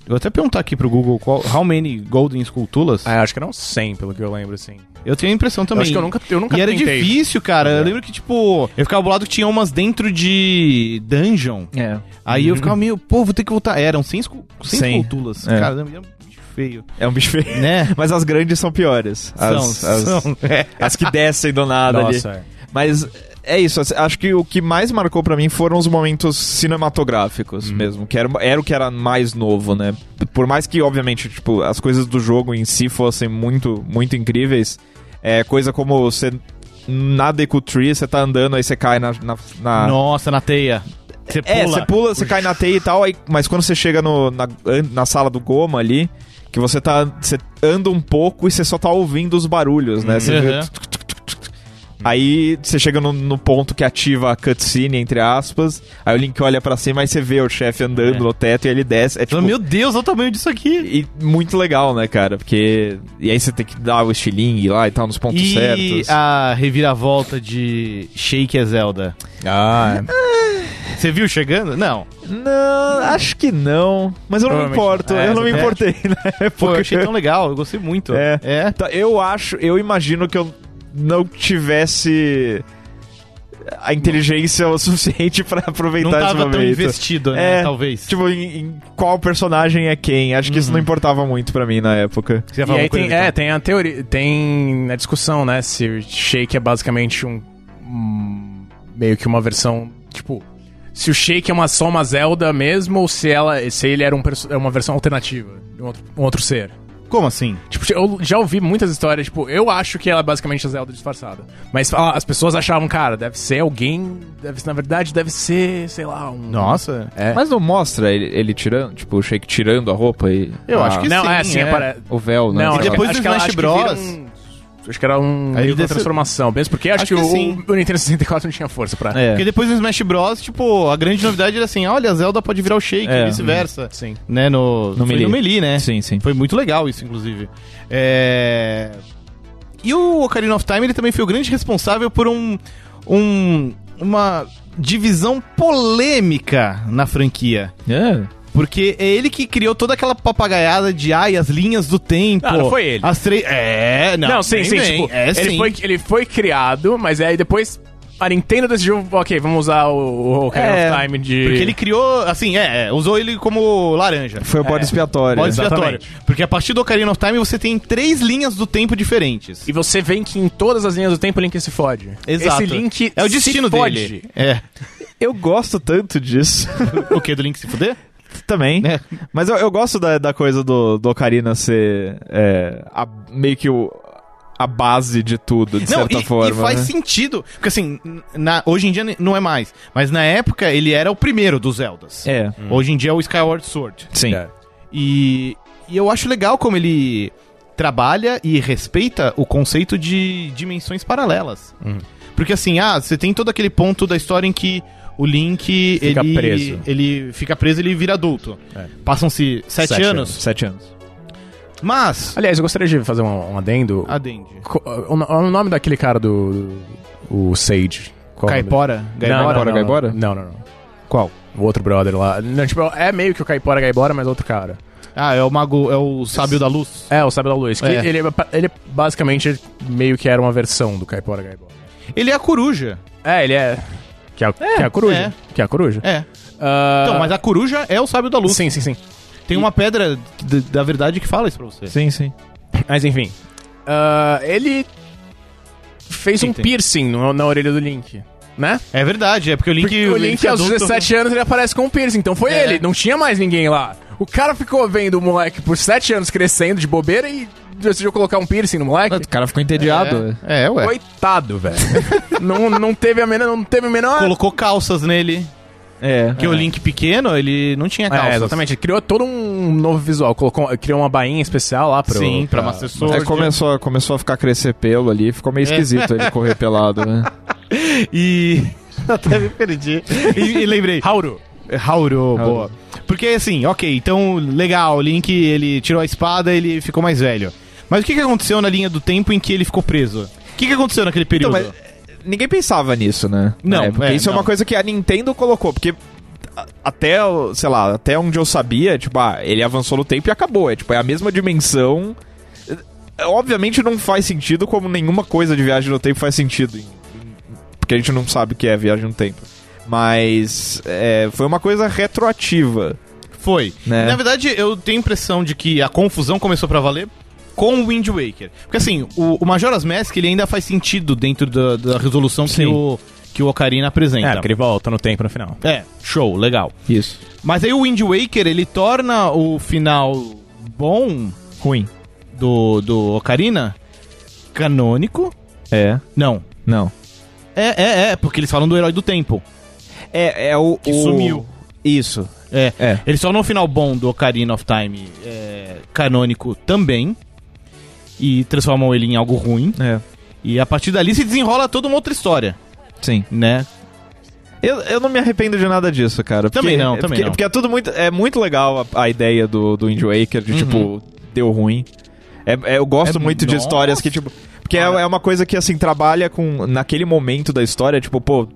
A: Vou até perguntar aqui pro Google qual, how many golden esculturas.
B: Ah, acho que eram 100, pelo que eu lembro, assim.
A: Eu tenho a impressão também.
B: Eu acho que eu nunca, eu nunca
A: e era
B: tentei.
A: difícil, cara. Eu lembro que, tipo, eu ficava bolado que tinha umas dentro de dungeon.
C: É.
A: Aí eu ficava meio, pô, vou ter que voltar. Eram 100, escu- 100
C: Cem.
A: esculturas.
C: É.
A: Cara, era um bicho feio.
C: É um bicho feio.
A: Né?
C: [laughs] Mas as grandes são piores. As, as-
A: são, [laughs] são. É.
C: as que descem do nada ali.
B: Nossa, é.
C: Mas é isso, assim, acho que o que mais marcou pra mim foram os momentos
A: Uhum.
C: cinematográficos mesmo, que era, era o que era mais novo, né? Por mais que, obviamente, tipo, as coisas do jogo em si fossem muito, muito incríveis, é coisa como você na Deku Tree, você tá andando, aí você cai na... na, na-
A: Nossa, na teia. Você pula.
C: É, você pula, você cai na teia e tal, aí, mas quando você chega no- na, an- na sala do Goma ali, que você tá... Você anda um pouco e você só tá ouvindo os barulhos, né? Você vê
A: Uhum.
C: Aí você chega no, no ponto que ativa a cutscene, entre aspas. Aí o Link olha pra cima e você vê o chefe andando
A: É.
C: no teto e ele desce. É tipo.
A: Meu Deus, olha o tamanho disso aqui.
C: E muito legal, né, cara? Porque. E aí você tem que dar o estilingue lá e tal, nos pontos
A: e
C: certos.
A: a reviravolta de Shake é Zelda. é.
B: Ah,
A: Você viu chegando? Não.
C: Não, acho que não. Mas eu não me
B: Provavelmente
C: importo.
B: não. É,
C: eu não me
A: é.
C: importei né? na época.
A: Pô, eu achei tão legal, eu gostei muito.
C: É. Tá, Eu acho, eu imagino que eu não tivesse a inteligência [laughs] o suficiente pra
A: Não
C: aproveitar tá esse
A: tava
C: momento.
A: tão investido, né?
C: É,
A: Talvez.
C: Tipo, em, em qual personagem é quem. Acho que isso não
A: Uhum.
C: importava muito pra mim na época.
A: Você ia
B: E
A: falar
B: aí
A: alguma
B: tem,
A: coisa, então?
B: é,
A: Vitor?
B: tem a teoria, tem a discussão, né, se shake é basicamente um, um- meio que uma versão, tipo, se o shake é uma, só uma Zelda mesmo ou se ela, se ele era um perso- é uma versão alternativa, um outro, um outro ser.
A: Como assim?
B: Tipo, eu já ouvi muitas histórias, tipo, eu acho que ela é basicamente a Zelda disfarçada. Mas ah, as pessoas achavam, cara, deve ser alguém, deve, na verdade deve ser, sei lá, um
A: Nossa.
B: É.
C: Mas não mostra ele, ele tirando, tipo, o Shake tirando a roupa e.
A: Eu
C: Ah,
A: acho que
B: Não,
A: sim,
B: é assim,
A: é.
B: apare-
C: O véu, né?
B: Não,
A: E
B: acho que-
A: depois do
B: que ela-
A: Smash
B: que vira
A: Bros.
B: um- acho que era um
A: Aí
B: meio da
A: desse-
B: transformação. Mesmo porque acho,
A: Acho
B: que,
A: que
B: o,
A: sim.
B: o Nintendo 64 não tinha força pra.
C: É.
A: Porque depois do Smash Bros, tipo, a grande novidade era assim, olha, a Zelda pode virar o Shake,
C: É.
A: vice-versa.
B: Sim.
A: Né, no,
C: No
A: foi
C: Melee.
A: no Melee, né?
C: Sim, sim.
A: Foi muito legal isso, inclusive. É... E o Ocarina of Time, ele também foi o grande responsável por um, um uma divisão polêmica na franquia.
C: É.
A: Porque é ele que criou toda aquela papagaiada de ai, as linhas do tempo.
B: Ah, não foi ele.
A: As três. É, não.
B: Não, sim,
A: nem
B: sim.
A: vem.
B: tipo,
A: é,
B: ele,
A: sim.
B: Foi, ele foi criado, mas aí depois a Nintendo decidiu, ok, vamos usar o, o Ocarina
C: É,
B: of Time de.
A: Porque ele criou, assim, é, é, usou ele como laranja.
C: Foi o bode expiatório.
A: Pode
B: exatamente.
A: É. expiatório. Porque a partir do Ocarina of Time você tem três linhas do tempo diferentes.
B: E você vê que em todas as linhas do tempo o Link se fode.
A: Exato.
B: Esse Link
A: é o
B: se
A: destino
B: fode.
A: dele. É. [laughs]
C: Eu gosto tanto disso.
A: O que do Link se fuder?
C: Também.
A: É.
C: Mas eu, eu gosto da, da coisa do, do Ocarina ser é, a- meio que o, a base de tudo, de certa
A: e,
C: forma.
A: e faz
C: né?
A: sentido. Porque assim, na- hoje em dia não é mais. Mas na época ele era o primeiro dos Zeldas.
C: É.
A: Hoje em dia é o Skyward Sword.
C: Sim.
B: É.
A: E, e eu acho legal como ele trabalha e respeita o conceito de dimensões paralelas.
B: Hum.
A: Porque assim, ah, você tem todo aquele ponto da história em que o Link
B: Fica
A: ele,
B: preso.
A: ele fica preso, ele vira adulto.
B: É.
A: Passam-se sete,
B: Sete
A: anos.
C: Sete anos.
A: Mas
B: Aliás, eu gostaria de fazer um, um adendo.
A: adende.
B: Co- O, o nome daquele cara do. do- o Sage. Qual é o nome
A: Caipora, Gaibora,
B: Não, não, não,
C: Gaibora?
B: Não, não, não.
A: qual?
B: O outro brother lá. Não, tipo, é meio que o Caipora Gaibora, mas outro cara.
A: Ah, é o mago, é o sábio da luz.
B: É, o Sábio da Luz. que
A: É.
B: Ele, ele basicamente meio que era uma versão do Caipora Gaibora.
A: Ele é a coruja.
B: É, ele é. Que é, que é a coruja.
A: é.
B: Que é a coruja.
A: É.
B: Ah,
A: Então, mas a coruja é o sábio da luz.
B: Sim, sim, sim.
A: Tem uma pedra d- da verdade que fala isso pra você.
C: Sim, sim.
B: Mas enfim. Ah, ele fez um
A: Item.
B: piercing no- na orelha do Link, né?
A: É verdade, é porque o Link...
B: Porque o Link, né? aos
A: adulto-
B: 17 anos, ele aparece com um piercing. Então foi
A: É.
B: ele, não tinha mais ninguém lá. O cara ficou vendo o moleque por 7 anos crescendo de bobeira e decidiu colocar um piercing no moleque.
C: O cara ficou entediado.
A: É, é, ué.
B: Coitado, velho. [laughs] não, não teve a menor. Não teve a menor.
A: Colocou calças nele.
C: É.
A: Porque o Link pequeno, ele não tinha calças.
B: É, exatamente. Ele criou todo um novo visual. Colocou, criou uma bainha especial lá pro.
A: Sim, pra Master Sword.
C: É. Aí começou, começou a ficar crescer pelo ali, ficou
A: É.
C: meio esquisito ele correr pelado,
A: [laughs]
C: né?
A: [laughs] E... [laughs] Até me perdi. E, e
B: [laughs]
A: lembrei.
B: Hauru.
A: Hauro, boa. Porque assim, ok, então legal, o Link ele tirou a espada, ele ficou mais velho. Mas o que, que aconteceu na linha do tempo em que ele ficou preso? O que, que aconteceu naquele período?
C: Então, mas, ninguém pensava nisso, né?
A: Não,
C: Na época.
A: é,
C: isso é
A: não.
C: uma coisa que a Nintendo colocou, porque a- até, o- sei lá, até onde eu sabia, tipo, ah, ele avançou no tempo e acabou. É tipo, é a mesma dimensão. É, Obviamente não faz sentido, como nenhuma coisa de viagem no tempo faz sentido. em- em- Porque a gente não sabe o que é viagem no tempo. Mas é, foi uma coisa retroativa.
A: Foi.
C: Né?
A: Na verdade, eu tenho a impressão de que a confusão começou pra valer com o Wind Waker. Porque assim, o, o Majora's Mask ele ainda faz sentido dentro da, da resolução que
B: Sim.
A: o, que o Ocarina apresenta.
B: É, porque ele volta no tempo no final.
A: é, show, legal.
C: Isso.
A: Mas aí o Wind Waker ele torna o final bom
C: Ruim.
A: do, do Ocarina canônico.
C: É.
A: Não.
C: Não.
A: É, é, é, porque eles falam do herói do tempo.
C: É, é o.
A: Que
C: o-
A: sumiu.
C: Isso.
A: É.
C: É.
A: Eles só no final bom do Ocarina of Time é, canônico também. E transformam ele em algo ruim.
C: É.
A: E a partir dali se desenrola toda uma outra história,
C: Sim.
A: né?
C: Eu, eu não me arrependo de nada disso, cara.
A: Também não, também
C: porque,
A: não.
C: Porque é tudo muito. É muito legal a, a ideia do, do Wind Waker, de tipo, deu ruim. É, é, eu gosto
A: Uhum. É,
C: muito de
A: nossa.
C: histórias que, tipo. Porque é, é uma coisa que, assim, trabalha com. Naquele momento da história, tipo, pô.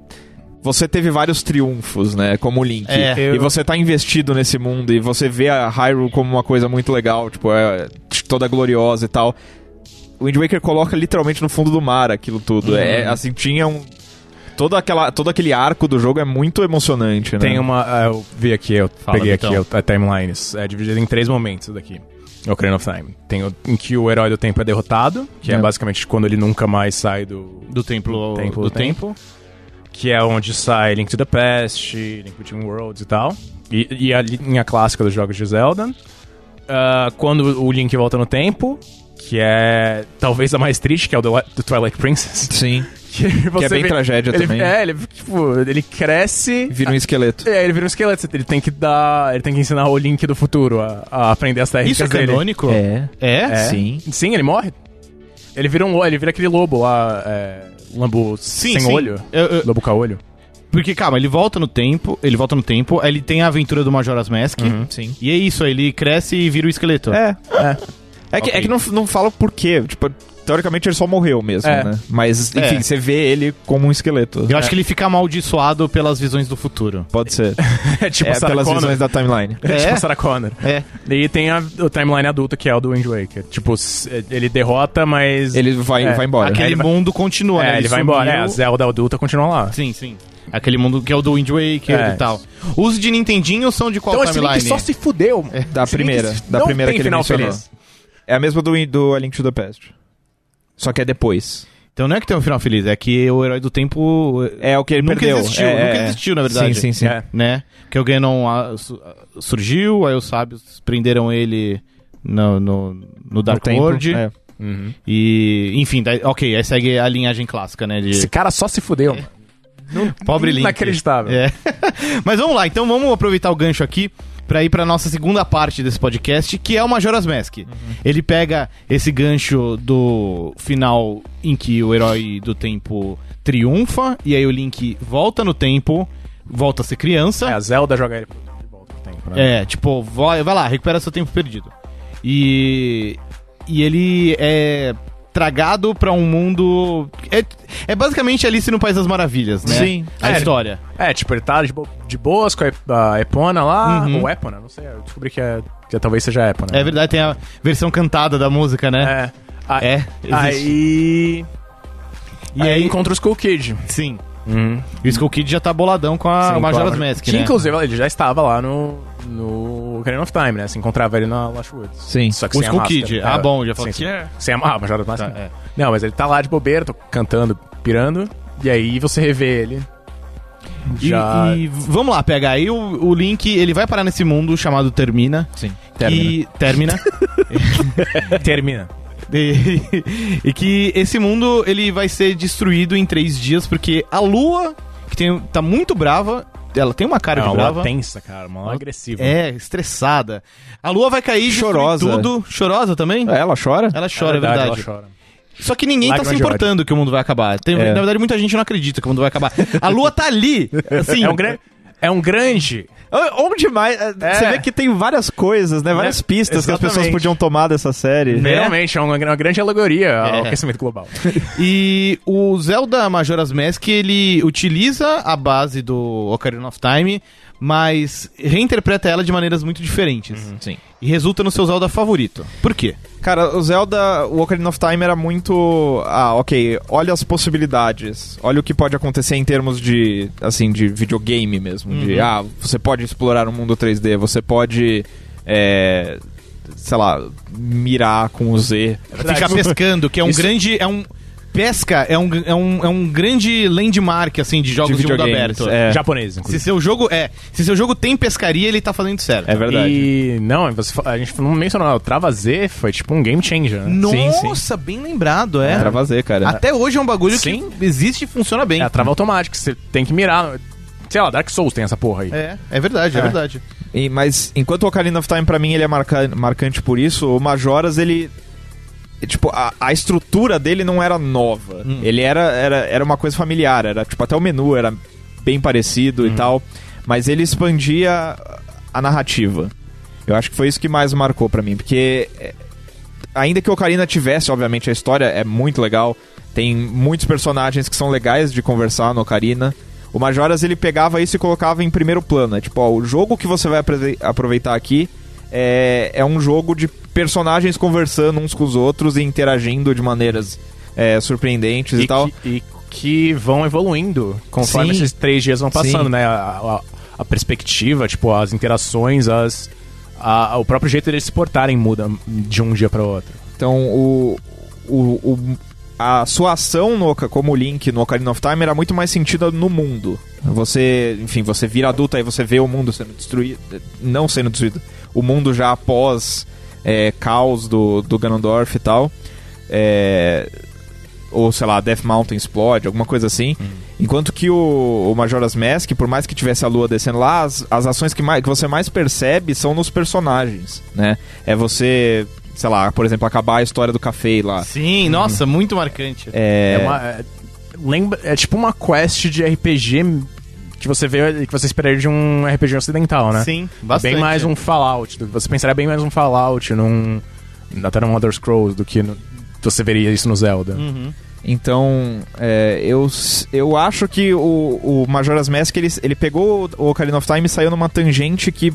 C: Você teve vários triunfos, né? Como o Link.
A: É,
C: e
A: eu-
C: você tá investido nesse mundo. E você vê a Hyrule como uma coisa muito legal. Tipo, é toda gloriosa e tal. O Wind Waker coloca literalmente no fundo do mar aquilo tudo.
A: Uhum.
C: É, assim, tinha um. Todo, aquela, todo aquele arco do jogo é muito emocionante, né?
B: Tem uma. ah, Eu vi aqui, eu
A: Fala,
B: peguei
A: Vitão.
B: aqui eu- a timeline. Isso É dividido em três momentos daqui. Ocarina of Time. Tem o, em que o herói do tempo é derrotado, que é,
C: É.
B: basicamente quando ele nunca mais sai do.
A: Do templo,
B: Templo
A: do
B: do tempo.
A: tempo.
B: Que é onde sai Link to the Past, Link Between Worlds e tal. E, e a linha clássica dos jogos de Zelda. Ah, quando o Link volta no tempo, que é talvez a mais triste, que é o do, do Twilight Princess. [laughs]
C: Sim.
B: Que, é você
C: é bem tragédia
B: ele-
C: também.
B: É, ele, tipo, ele cresce.
C: Vira um esqueleto.
B: É, ele vira um esqueleto, ele tem que dar. Ele tem que ensinar o Link do futuro a, a aprender as técnicas
A: Isso é
B: dele.
A: canônico?
C: É.
A: É?
B: É.
C: Sim.
B: Sim, ele morre. Ele vira um lobo, ele vira aquele lobo lá, é, lambo
A: Sim,
B: sem
A: sim.
B: olho.
A: Eu- eu- [laughs]
B: Lobo caolho.
A: porque, calma, ele volta no tempo, ele volta no tempo, aí ele tem a aventura do Majora's Mask.
B: Uhum,
C: Sim.
A: E é isso, aí ele cresce e vira o esqueleto.
C: É. É, que, é que não, não fala por quê. Tipo, teoricamente ele só morreu mesmo,
B: É.
C: né? Mas, enfim,
A: É.
C: você vê ele como um esqueleto.
A: Eu acho que ele fica amaldiçoado pelas visões do futuro.
C: Pode ser.
B: É tipo
C: é,
B: Sarah
C: pelas
B: Connor.
C: visões da timeline.
B: É tipo
A: É?
B: Sarah Connor.
A: É.
B: E tem a, o timeline adulto, que é o do Wind Waker. Tipo, s- ele derrota, mas.
C: Ele vai,
B: É.
C: vai embora.
A: Aquele
B: ele vai-
A: mundo continua,
B: é,
A: né?
B: ele, vai
A: sumiu.
B: embora. É, a Zelda adulta continua lá.
A: Sim, sim. Aquele mundo que é Então, o do Wind Waker
B: É.
A: e tal. Os de Nintendinho são de
C: Então,
A: qual timeline? É,
B: fudeu, mano.
C: Da primeira. Da
B: não
C: primeira
B: tem
C: que ele
B: final
C: mencionou.
B: feliz.
C: É a mesma do, do A Link to the Past. Só que é depois.
A: Então não é que tem um final feliz, é que o herói do tempo eh,
C: É o que ele
A: nunca
C: perdeu.
A: existiu,
C: É,
A: nunca
C: é.
A: existiu, na verdade.
C: Sim, sim, sim.
B: É.
A: Né? Porque o Ganon ah, su- ah, surgiu, aí os sábios prenderam ele no, no, no
C: No
A: Dark
C: tempo,
A: World.
C: é.
A: E, enfim, daí- ok, aí segue a linhagem clássica, né? De
B: Esse cara só se fudeu.
A: pobre Link.
B: Inacreditável.
A: É. [laughs] Mas vamos lá, então vamos aproveitar o gancho aqui pra ir pra nossa segunda parte desse podcast, que é o Majora's Mask.
B: Uhum.
A: Ele pega esse gancho do final em que o herói do tempo triunfa e aí o Link volta no tempo, volta a ser criança.
B: É, a Zelda joga ele de volta no tempo, né?
A: É, tipo, vai, vai lá, recupera seu tempo perdido. E. E ele é tragado pra um mundo. É, é basicamente Alice no País das Maravilhas, né?
C: Sim.
A: A
B: É.
A: história.
B: É, tipo, ele tá de, bo- de boas com a, Ep- a Epona lá,
A: Uhum.
B: ou Epona, não sei, eu descobri que, é, que talvez seja a Epona. né?
A: É verdade, tem a versão cantada da música, né?
B: É. A-
A: É, existe.
B: Aí...
A: E
B: aí
A: aí-
B: encontra os School Kid.
A: Sim. E o Skull Kid já tá boladão com a
B: Sim,
A: Majora's
B: claro.
A: Mask,
B: Que
A: né?
B: inclusive ele já estava lá no, no Ocarina of Time, né? Se encontrava ele na Lashwoods.
C: Sim.
B: Só que
A: O
B: sem a
A: Skull
B: máscara.
A: Kid.
B: É.
A: Ah, bom, já falou
B: Sim,
A: que-
B: sim. Sem a ah, Majora's Mask.
A: Tá,
B: né?
A: é.
B: Não, mas ele tá lá de bobeira, tô cantando, pirando. E aí você revê ele.
A: [laughs] E,
B: Já.
A: e vamos lá, PH. Aí o, o Link, ele vai parar nesse mundo chamado Termina.
C: É, Sim.
A: E termina.
B: [laughs] termina.
A: E, e que esse mundo ele vai ser destruído em três dias, porque a Lua, que tem, tá muito brava, ela tem uma cara
B: Cara,
A: de
B: É uma
A: brava.
B: lua tensa, cara. Uma lua agressiva.
A: É, estressada. A Lua vai cair, destruir
C: Chorosa.
A: tudo. Chorosa também?
C: Ela chora?
A: Ela chora, é verdade.
B: ela chora.
A: Só que ninguém
B: Lágrima
A: tá se
B: de
A: importando que o mundo vai acabar. Tem-
C: É.
A: Na verdade, muita gente não acredita que o mundo vai acabar. A Lua tá ali. Assim,
B: É um, gran... é um grande.
C: Ah, Onde mais? Você vê que tem várias coisas, né? Várias
B: É,
C: pistas que as pessoas
B: exatamente.
C: podiam tomar dessa série.
A: Né?
B: Realmente, é uma, uma grande alegoria ao
A: É.
B: aquecimento global.
A: E o Zelda Majora's Mask, ele utiliza a base do Ocarina of Time, mas reinterpreta ela de maneiras muito diferentes.
C: Sim.
A: E resulta no seu Zelda favorito. Por quê?
C: Cara, o Zelda, o Ocarina of Time era muito. Ah, ok. Olha as possibilidades. Olha o que pode acontecer em termos de. Assim, de videogame mesmo. De, ah, você pode explorar o mundo 3D, você pode. É, sei lá, mirar com o Z.
A: Ficar pescando, que é um
C: Isso-
A: grande... É um, pesca é um, é, um, é um grande landmark, assim, de jogos de, mundo
C: videogames,
A: aberto.
C: É.
B: Japonês, inclusive.
A: Se seu jogo é, se seu jogo tem pescaria, ele tá fazendo certo.
C: É verdade.
B: E não, você fa- a gente não mencionou, o Trava Z foi tipo um game changer, né?
A: Nossa, bem lembrado, é.
C: Era fazer, cara.
A: Até hoje é um bagulho
B: Sim.
A: que existe e funciona bem.
B: É a trava automática, você tem que mirar. Sei lá, Dark Souls tem essa porra aí.
A: É, é verdade, é,
C: É.
A: verdade.
C: E- mas enquanto o Ocarina of Time pra mim ele é marca- marcante por isso, o Majoras ele é, tipo a, a estrutura dele não era nova. Ele era, era era uma coisa familiar, era tipo até o menu era bem parecido e tal, mas ele expandia a narrativa. Eu acho que foi isso que mais marcou pra mim, porque é, ainda que o Ocarina tivesse, obviamente, a história é muito legal. Tem muitos personagens que são legais de conversar no Ocarina. O Majoras, ele pegava isso e colocava em primeiro plano. É tipo, ó, o jogo que você vai aprove- aproveitar aqui é, é um jogo de personagens conversando uns com os outros e interagindo de maneiras é, surpreendentes e,
B: E,
C: tal.
B: que, e que vão evoluindo conforme
C: Sim.
B: esses três dias vão passando,
C: Sim.
B: né? A, a- a perspectiva, tipo, as interações, as. a- o próprio jeito deles se portarem muda de um dia pra outro.
C: Então, o, o, o- a sua ação no, Oca- como Link no Ocarina of Time era muito mais sentida no mundo. Você, enfim, você vira adulto aí você vê o mundo sendo destruído. Não sendo destruído. O mundo já após é, caos do, do Ganondorf e tal. É, ou sei lá, Death Mountain explode, alguma coisa assim. Enquanto que o, o Majora's Mask, por mais que tivesse a lua descendo lá, as, as ações que, mais, que você mais percebe são nos personagens, né? É você, sei lá, por exemplo, acabar a história do café lá.
A: Sim, nossa, muito marcante.
B: Ah. Uhum. É, uma. É, lembra, é tipo uma quest de RPG que você vê que você esperaria de um RPG ocidental, né?
A: Sim, bastante.
B: Bem mais um Fallout. do que Você pensaria bem mais um Fallout, num. Até num Elder Scrolls do que no- você veria isso no Zelda.
A: Hum. Uhum.
C: Então, é, eu, s- eu acho que o, o Majora's Mask, ele, ele pegou o Ocarina of Time e saiu numa tangente que,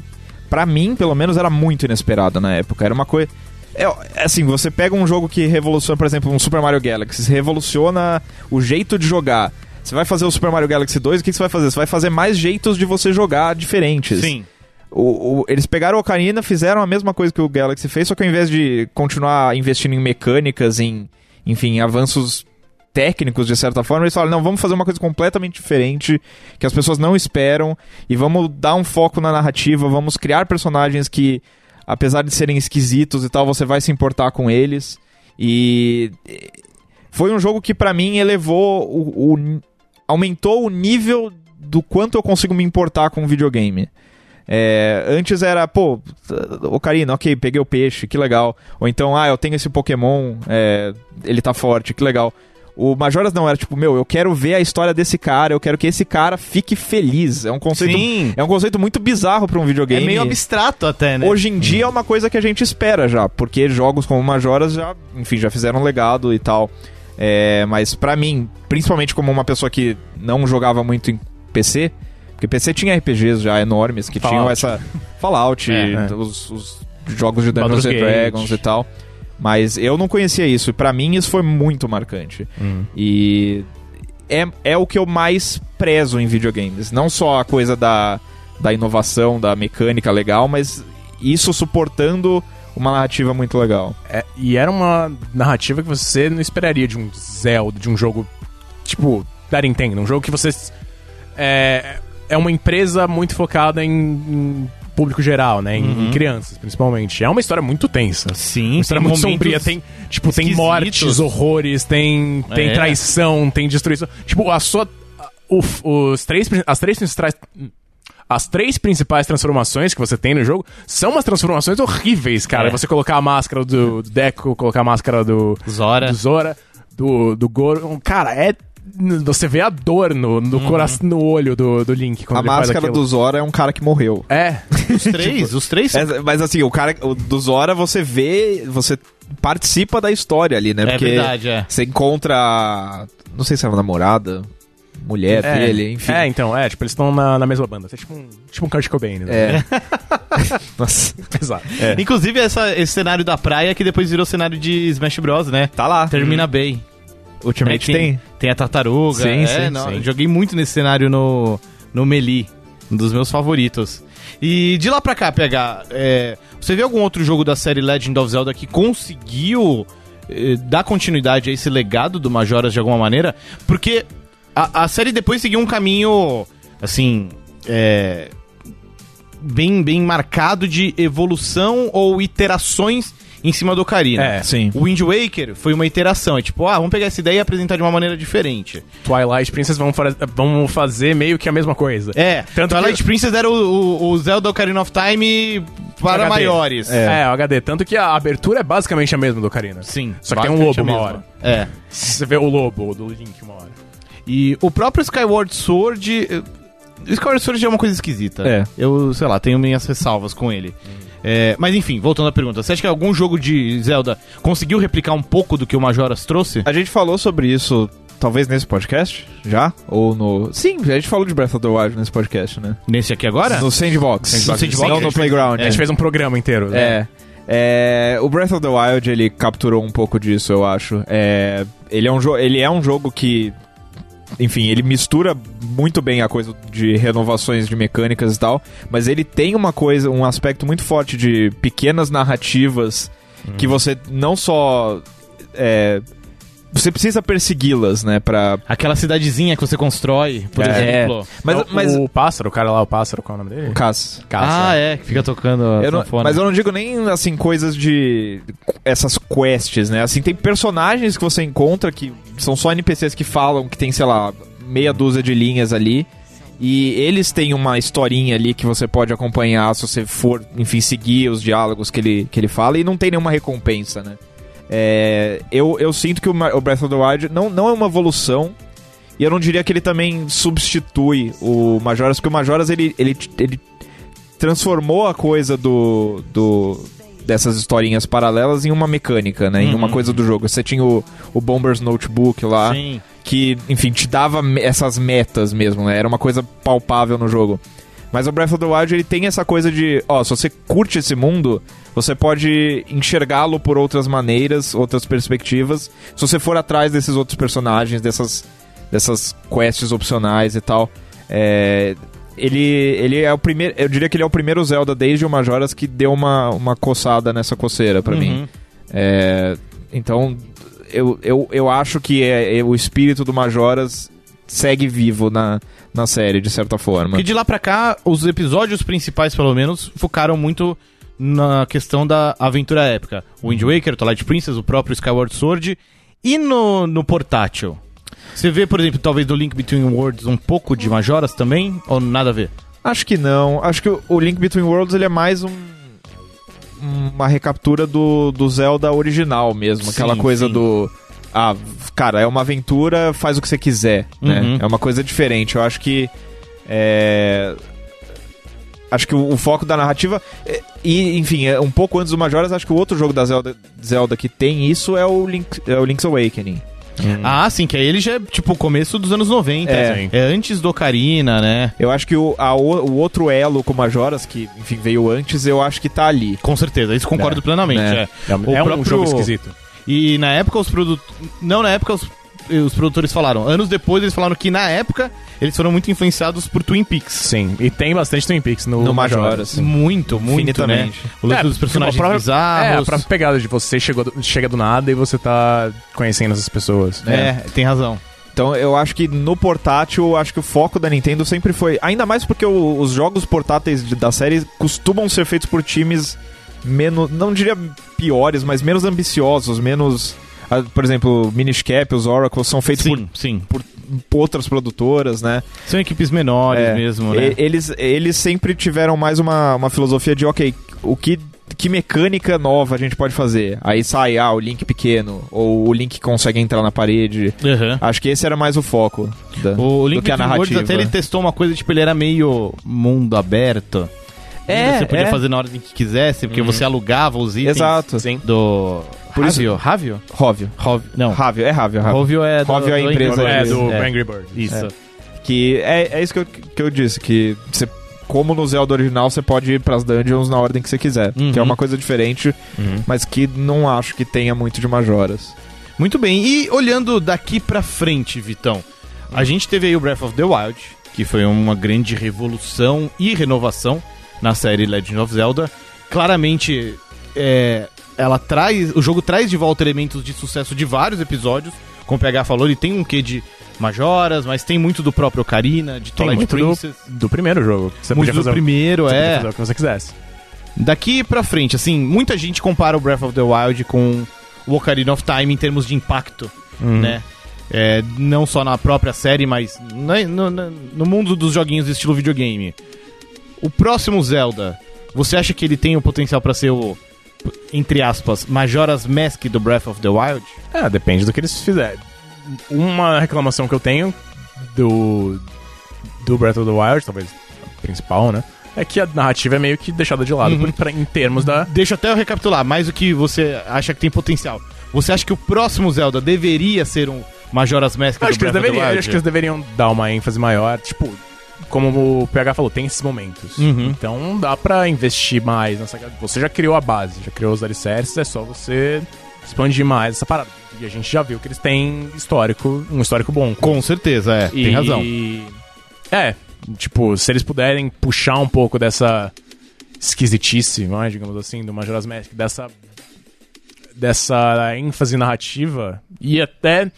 C: pra mim, pelo menos, era muito inesperada na época. Era uma coisa... É, assim, você pega um jogo que revoluciona, por exemplo, um Super Mario Galaxy, revoluciona o jeito de jogar. Você vai fazer o Super Mario Galaxy 2, o que que você vai fazer? Você vai fazer mais jeitos de você jogar diferentes.
A: Sim.
C: O- o- eles pegaram o Ocarina, fizeram a mesma coisa que o Galaxy fez, só que ao invés de continuar investindo em mecânicas, em, enfim, em avanços técnicos de certa forma, eles falaram, não, vamos fazer uma coisa completamente diferente, que as pessoas não esperam, e vamos dar um foco na narrativa, vamos criar personagens que, apesar de serem esquisitos e tal, você vai se importar com eles. E e- foi um jogo que pra mim elevou o- o aumentou o nível do quanto eu consigo me importar com videogame. É, antes era, pô, Ocarina, ok, peguei o peixe, que legal. Ou então, ah, eu tenho esse Pokémon, é, ele tá forte, que legal. O Majoras não, era tipo, meu, eu quero ver a história desse cara, eu quero que esse cara fique feliz. É um conceito,
A: Sim.
C: é um conceito muito bizarro pra um videogame.
A: É meio abstrato até, né?
C: Hoje em
B: Hum.
C: dia é uma coisa que a gente espera já, porque jogos como Majoras já, enfim, já fizeram um legado e tal. É, mas pra mim, principalmente como uma pessoa que não jogava muito em PC, porque PC tinha RPGs já enormes que tinham
B: Fallout.
C: essa Fallout,
B: É, é.
C: Os, os jogos de Dungeons
B: Baldur's
C: and
B: Gate.
C: Dragons e tal. Mas eu não conhecia isso, e pra mim isso foi muito marcante. E é, é o que eu mais prezo em videogames. Não só a coisa da, da inovação, da mecânica legal, mas isso suportando uma narrativa muito legal.
B: É, e era uma narrativa que você não esperaria de um Zelda, de um jogo tipo da Nintendo. Um jogo que você. É, é uma empresa muito focada em, em público geral, né? Em,
A: Uhum.
B: em crianças, principalmente. É uma história muito tensa.
A: Sim,
B: Uma história
A: tem
B: muito
A: momentos
B: sombria. Tem, tipo, tem
A: esquisitos.
B: mortes, horrores, tem, tem
A: É.
B: traição, tem destruição. Tipo, a sua. a- o- os três, prin- as três principais. As três principais transformações que você tem no jogo são umas transformações horríveis, cara.
A: É.
B: Você colocar a máscara do, do Deco, colocar a máscara do
A: Zora.
B: do Zora, do, do Goro. Cara, é. Você vê a dor no,
A: Uhum.
B: no, coração, no olho do, do Link quando
C: a
B: ele faz
C: máscara
B: aquilo.
C: do Zora é um cara que morreu.
B: É.
A: Os três, os três são
C: É, mas assim, o cara o do Zora você vê, você participa da história ali, né?
A: É
C: Porque
A: verdade, é.
C: Você encontra. Não sei se era namorada, mulher
B: É,
C: dele, enfim.
B: é, então, é, tipo, eles estão na, na mesma banda. É tipo um, tipo um Kurt Cobain, né?
C: É. [laughs] Nossa.
B: [laughs] Exato.
A: Inclusive, essa- esse cenário da praia que depois virou cenário de Smash Bros, né?
C: Tá lá.
A: Termina
B: Uhum.
A: bem.
C: Ultimate
A: É,
C: tem.
A: Tem a tartaruga.
C: Sim,
A: é,
C: sim,
A: não,
B: sim.
A: eu Joguei muito nesse cenário no, no Melee. Um dos meus favoritos. E de lá pra cá, PH, é, você vê algum outro jogo da série Legend of Zelda que conseguiu eh, dar continuidade a esse legado do Majora's de alguma maneira? Porque a, a série depois seguiu um caminho, assim, é, bem, bem marcado de evolução ou iterações em cima do Ocarina.
B: É,
C: sim.
A: O Wind Waker foi uma iteração. É tipo, ah, vamos pegar essa ideia e apresentar de uma maneira diferente.
B: Twilight Princess vão, far- vão fazer meio que a mesma coisa.
A: É,
B: Tanto
A: tanto Twilight
B: que-
A: Princess era o, o, o Zelda Ocarina of Time para
B: HD.
A: maiores.
B: É, o HD. Tanto que a abertura é basicamente a mesma do Karina.
A: Sim.
B: Só que tem um
A: basicamente
B: lobo
A: a
B: uma
A: mesma.
B: hora.
A: É.
B: Você vê o lobo do Link uma hora.
A: E o próprio Skyward Sword. eh, o Skyward Sword já é uma coisa esquisita.
C: É.
A: Eu, sei lá, tenho minhas ressalvas com ele. É, mas enfim, voltando à pergunta, você acha que algum jogo de Zelda conseguiu replicar um pouco do que o Majora's trouxe?
C: A gente falou sobre isso, talvez nesse podcast? Já? Ou no. Sim, a gente falou de Breath of the Wild nesse podcast, né?
A: Nesse aqui agora?
C: No Sandbox.
A: No Sandbox.
C: Não no
A: É.
C: Playground. né?
B: A gente fez um programa inteiro. né?
C: É. É, o Breath of the Wild ele capturou um pouco disso, eu acho. É, ele, é um jo- ele é um jogo que, enfim, ele mistura muito bem a coisa de renovações de mecânicas e tal, mas ele tem uma coisa, um aspecto muito forte de pequenas narrativas que você não só é, você precisa persegui-las, né? Pra,
A: Aquela cidadezinha que você constrói, por
C: É.
A: exemplo.
C: mas,
B: o,
C: mas
B: o pássaro, o cara lá, o pássaro, qual é o nome dele?
C: Cass,
A: Ah, é, que fica tocando a
C: Eu não-
A: sanfona.
C: mas eu não digo nem, assim, coisas de... Essas quests, né? Assim, tem personagens que você encontra que são só NPCs que falam, que tem, sei lá, meia dúzia de linhas ali. E eles têm uma historinha ali que você pode acompanhar se você for, enfim, seguir os diálogos que ele, que ele fala. E não tem nenhuma recompensa, né? É, eu, eu sinto que o Ma- o Breath of the Wild não, não é uma evolução. E eu não diria que ele também substitui o Majoras, porque o Majoras ele, ele, ele transformou a coisa do, do dessas historinhas paralelas em uma mecânica, né? Em uma
A: Uhum.
C: coisa do jogo. Você tinha o, o Bomber's Notebook lá,
A: Sim.
C: que, enfim, te dava me- essas metas mesmo, né? Era uma coisa palpável no jogo. Mas o Breath of the Wild, ele tem essa coisa de, ó, se você curte esse mundo, você pode enxergá-lo por outras maneiras, outras perspectivas, se você for atrás desses outros personagens, dessas, dessas quests opcionais e tal. É, ele, ele é o primeiro, eu diria que ele é o primeiro Zelda desde o Majora's que deu uma, uma coçada nessa coceira pra
A: Uhum.
C: mim. É, então, eu, eu, eu acho que é, é o espírito do Majoras segue vivo na, na série, de certa forma.
A: Porque de lá pra cá, os episódios principais, pelo menos, focaram muito na questão da aventura épica. O
C: Uhum.
A: Wind Waker, Twilight Princess, o próprio Skyward Sword e no, no portátil. Você vê, por exemplo, talvez do Link Between Worlds um pouco de Majoras também? Ou nada a ver?
C: Acho que não. Acho que o, o Link Between Worlds ele é mais um uma recaptura do, do Zelda original mesmo,
A: Sim,
C: aquela coisa
A: sim.
C: do ah, cara, é uma aventura, faz o que você quiser, né?
A: Uhum.
C: É uma coisa diferente. Eu acho que é acho que o, o foco da narrativa é- e enfim, é um pouco antes do Majora's, acho que o outro jogo da Zelda, Zelda que tem isso é o Link, é o Link's Awakening.
A: Ah, sim, que aí ele já é tipo o começo dos anos 90.
C: Uhum. É.
A: assim. é antes do Ocarina, né?
C: Eu acho que o, a o- o outro elo com o Majora's que, enfim, veio antes, eu acho que tá ali.
A: Com certeza, isso concordo
C: É,
A: plenamente.
C: né?
A: é.
B: É,
A: O
B: é um
A: próprio-
B: jogo esquisito.
A: E na época os produtores. Não, na época os os produtores falaram. Anos depois eles falaram que na época eles foram muito influenciados por Twin Peaks.
B: Sim, e tem bastante Twin Peaks no,
C: No Majora, sim.
A: Muito, muito, né?
C: Infinitamente.
A: O lance
B: É,
A: dos personagens
B: a própria- É, a
A: bizarros.
B: própria pegada de você chegou do- chega do nada e você tá conhecendo essas pessoas.
A: É, tem razão.
C: Então eu acho que no portátil, eu acho que o foco da Nintendo sempre foi. Ainda mais porque o- os jogos portáteis de- da série costumam ser feitos por times menos. Não diria piores, mas menos ambiciosos, menos. ah, Por exemplo, Minish Cap, os Oracle são feitos por,
A: Sim, sim.
C: por outras produtoras, né?
A: São equipes menores
C: É,
A: mesmo,
C: E-
A: né?
C: Eles, eles sempre tiveram mais uma, uma filosofia de, ok, o que, que mecânica nova a gente pode fazer? Aí sai, ah, o Link pequeno, ou o Link consegue entrar na parede.
A: Aham.
C: Acho que esse era mais o foco. da-
A: O
C: do
A: Link
C: que a
A: Between Worlds
C: narrativa.
A: até ele testou uma coisa, tipo, ele era meio mundo aberto.
C: É,
A: Você podia
C: é. Uhum.
A: fazer na hora em que quisesse, porque você alugava os itens
C: Exato.
B: Sim.
A: do...
C: Por isso-
A: Ravio? Ravio?
C: Rovio.
A: Rov- Não,
C: Ravio, é Ravio, Ravio.
A: Rovio é... do-
C: Rovio é a
A: do
C: empresa
A: inglês.
B: É,
C: deles.
B: do
A: É,
B: Angry Birds.
A: Isso.
C: Que é, é isso que eu, que eu disse, que você, como no Zelda original, você pode ir pras dungeons na ordem que você quiser.
A: Uhum.
C: Que é uma coisa diferente, mas que não acho que tenha muito de Majoras.
A: Muito bem, e olhando daqui pra frente, Vitão,
B: Hum.
A: a gente teve aí o Breath of the Wild, que foi uma grande revolução e renovação na série Legend of Zelda. Claramente, é, ela traz, o jogo traz de volta elementos de sucesso de vários episódios. Como o PH falou, ele tem um quê de Majoras, mas tem muito do próprio Ocarina, de
B: Tem
A: Twilight
B: muito
A: Princess.
B: do, do primeiro jogo. Você
A: muito
B: podia
A: do
B: fazer, o-
A: primeiro,
B: você podia
A: é.
B: fazer um- o que você quisesse.
A: Daqui pra frente, assim, muita gente compara o Breath of the Wild com o Ocarina of Time em termos de impacto, né? É, não só na própria série, mas na- no, na- no mundo dos joguinhos de estilo videogame. O próximo Zelda, você acha que ele tem o potencial pra ser o, entre aspas, Majora's Mask do Breath of the Wild?
B: Ah, depende do que eles fizerem. Uma reclamação que eu tenho do, do Breath of the Wild, talvez a principal, né? É que a narrativa é meio que deixada de lado por- pra- em termos da.
A: Deixa eu até eu recapitular, mais o que você acha que tem potencial. Você acha que o próximo Zelda deveria ser um Majora's Mask
B: Acho
A: do
B: que,
A: Breath
B: eles
A: of the
B: deveriam,
A: Wild?
B: acho que eles deveriam dar uma ênfase maior. Tipo, como o PH falou, tem esses momentos.
A: Uhum.
B: Então dá pra investir mais nessa. Você já criou a base, já criou os alicerces, é só você expandir mais essa parada. E a gente já viu que eles têm histórico, um histórico bom.
A: Com certeza, é.
B: E-
A: Tem razão.
B: É, tipo, se eles puderem puxar um pouco dessa esquisitice, né, digamos assim, do Majora's Mask, dessa, dessa ênfase narrativa e até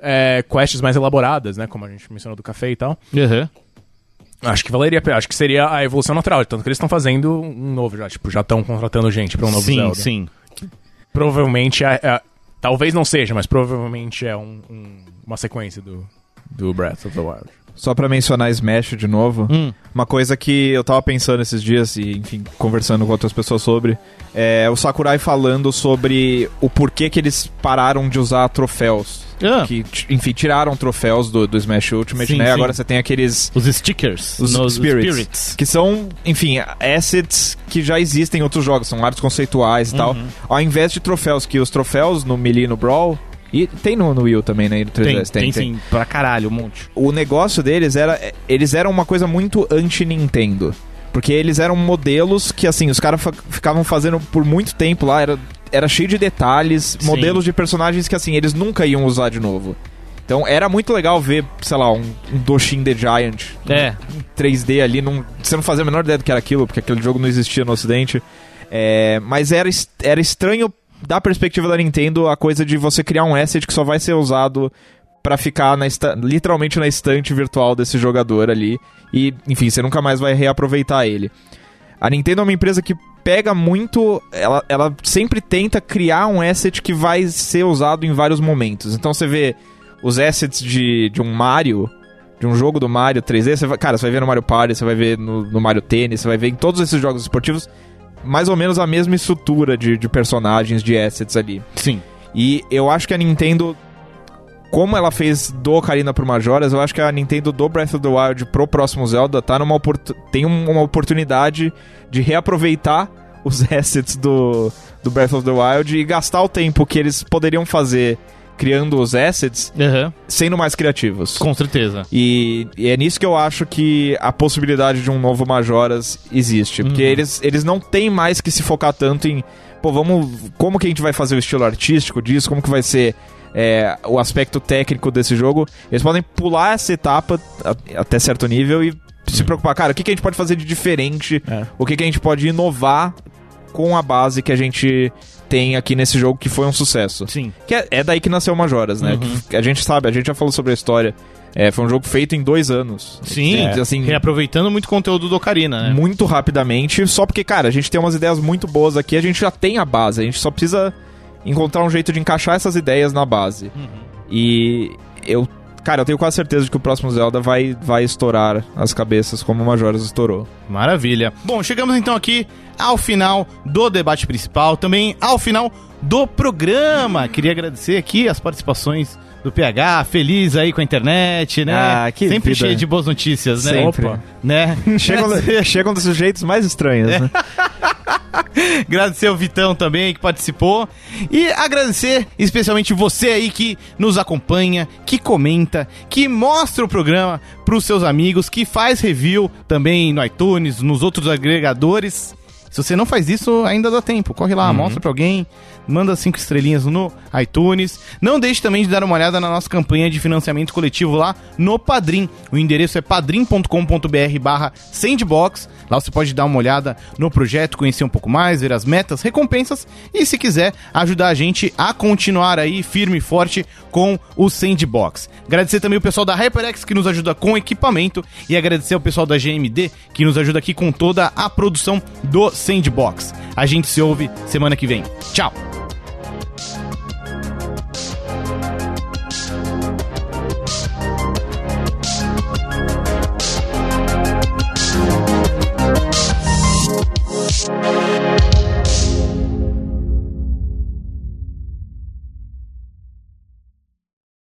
B: é, quests mais elaboradas, né, como a gente mencionou do café e tal,
A: Aham.
B: acho que valeria, a pena, acho que seria a evolução natural, tanto que eles estão fazendo um novo já, tipo, já estão contratando gente pra um novo
A: sim,
B: Zelda.
A: sim.
B: Provavelmente, é, é- talvez não seja, mas provavelmente é um- um- uma sequência do, do Breath of the Wild.
C: Só pra mencionar Smash de novo,
A: Hum.
C: uma coisa que eu tava pensando esses dias e, enfim, conversando com outras pessoas sobre, é o Sakurai falando sobre o porquê que eles pararam de usar troféus.
A: Ah,
C: Que, t- enfim, tiraram troféus do, do Smash Ultimate,
A: Sim,
C: né?
A: sim.
C: Agora você tem aqueles
A: Os stickers.
C: Os
A: nos
C: spirits. que são, enfim, assets que já existem em outros jogos, são artes conceituais e tal.
A: Uhum.
C: Ao invés de troféus, que os troféus no Melee e no Brawl. E tem no, no Wii U também, né? E no
A: Tem, tem,
C: 3DS,
A: sim. Pra caralho, um monte.
C: o negócio deles era. Eles eram uma coisa muito anti-Nintendo. Porque eles eram modelos que, assim, os caras fa- ficavam fazendo por muito tempo lá, era, era cheio de detalhes,
A: Sim.
C: modelos de personagens que, assim, eles nunca iam usar de novo. Então era muito legal ver, sei lá, um, um Doshin the Giant
A: É.
C: 3D ali, não, você não fazia a menor ideia do que era aquilo, porque aquele jogo não existia no ocidente. É, mas era, es- era estranho da perspectiva da Nintendo a coisa de você criar um asset que só vai ser usado pra ficar na esta- literalmente na estante virtual desse jogador ali e enfim você nunca mais vai reaproveitar ele. A Nintendo é uma empresa que pega muito, ela, ela sempre tenta criar um asset que vai ser usado em vários momentos. Então você vê os assets de, de um Mario, de um jogo do Mario 3D, você vai- cara, você vai ver no Mario Party, você vai ver no, no Mario Tênis, você vai ver em todos esses jogos esportivos mais ou menos a mesma estrutura de, de personagens, de assets ali.
A: Sim.
C: E eu acho que a Nintendo, como ela fez do Ocarina pro Majoras, eu acho que a Nintendo do Breath of the Wild pro próximo Zelda tá numa oportu- tem um- uma oportunidade de reaproveitar [laughs] os assets do, do Breath of the Wild e gastar o tempo que eles poderiam fazer criando os assets
A: Aham.
C: sendo mais criativos.
A: Com certeza.
C: E, e é nisso que eu acho que a possibilidade de um novo Majoras existe. Porque
A: Uhum.
C: eles, eles não têm mais que se focar tanto em. Pô, vamos. Como que a gente vai fazer o estilo artístico disso? Como que vai ser é, o aspecto técnico desse jogo, eles podem pular essa etapa a- até certo nível e se preocupar, cara, o que, que a gente pode fazer de diferente?
B: É.
C: O que, que a gente pode inovar com a base que a gente tem aqui nesse jogo que foi um sucesso?
A: Sim.
C: Que é, é daí que nasceu o Majoras, né? Que a gente sabe, a gente já falou sobre a história. É, foi um jogo feito em dois anos.
A: Sim,
C: É, assim,
A: reaproveitando muito conteúdo do Ocarina, né?
C: muito rapidamente, só porque, cara, a gente tem umas ideias muito boas aqui, a gente já tem a base, a gente só precisa encontrar um jeito de encaixar essas ideias na base. E eu, cara, eu tenho quase certeza de que o próximo Zelda vai, vai estourar as cabeças como o Majora's estourou.
A: Maravilha. Bom, chegamos então aqui ao final do debate principal, também ao final do programa. Queria agradecer aqui as participações do PH, feliz aí com a internet, né?
C: Ah, que
A: Sempre
C: vida.
A: cheio de boas notícias, né?
C: Sempre. [laughs]
A: Né?
C: Chegam, chegam dos jeitos mais estranhos, né?
A: Agradecer ao Vitão também que participou. E agradecer especialmente você aí que nos acompanha, que comenta, que mostra o programa pros seus amigos, que faz review também no iTunes, nos outros agregadores. Se você não faz isso, ainda dá tempo. Corre lá, mostra pra alguém, manda cinco estrelinhas no iTunes. Não deixe também de dar uma olhada na nossa campanha de financiamento coletivo lá no Padrim. O endereço é padrim.com.br barra sandbox. Lá você pode dar uma olhada no projeto, conhecer um pouco mais, ver as metas, recompensas e, se quiser, ajudar a gente a continuar aí firme e forte com o Sandbox. Agradecer também o pessoal da HyperX que nos ajuda com equipamento e agradecer ao pessoal da GMD que nos ajuda aqui com toda a produção do Sandbox. A gente se ouve semana que vem. Tchau!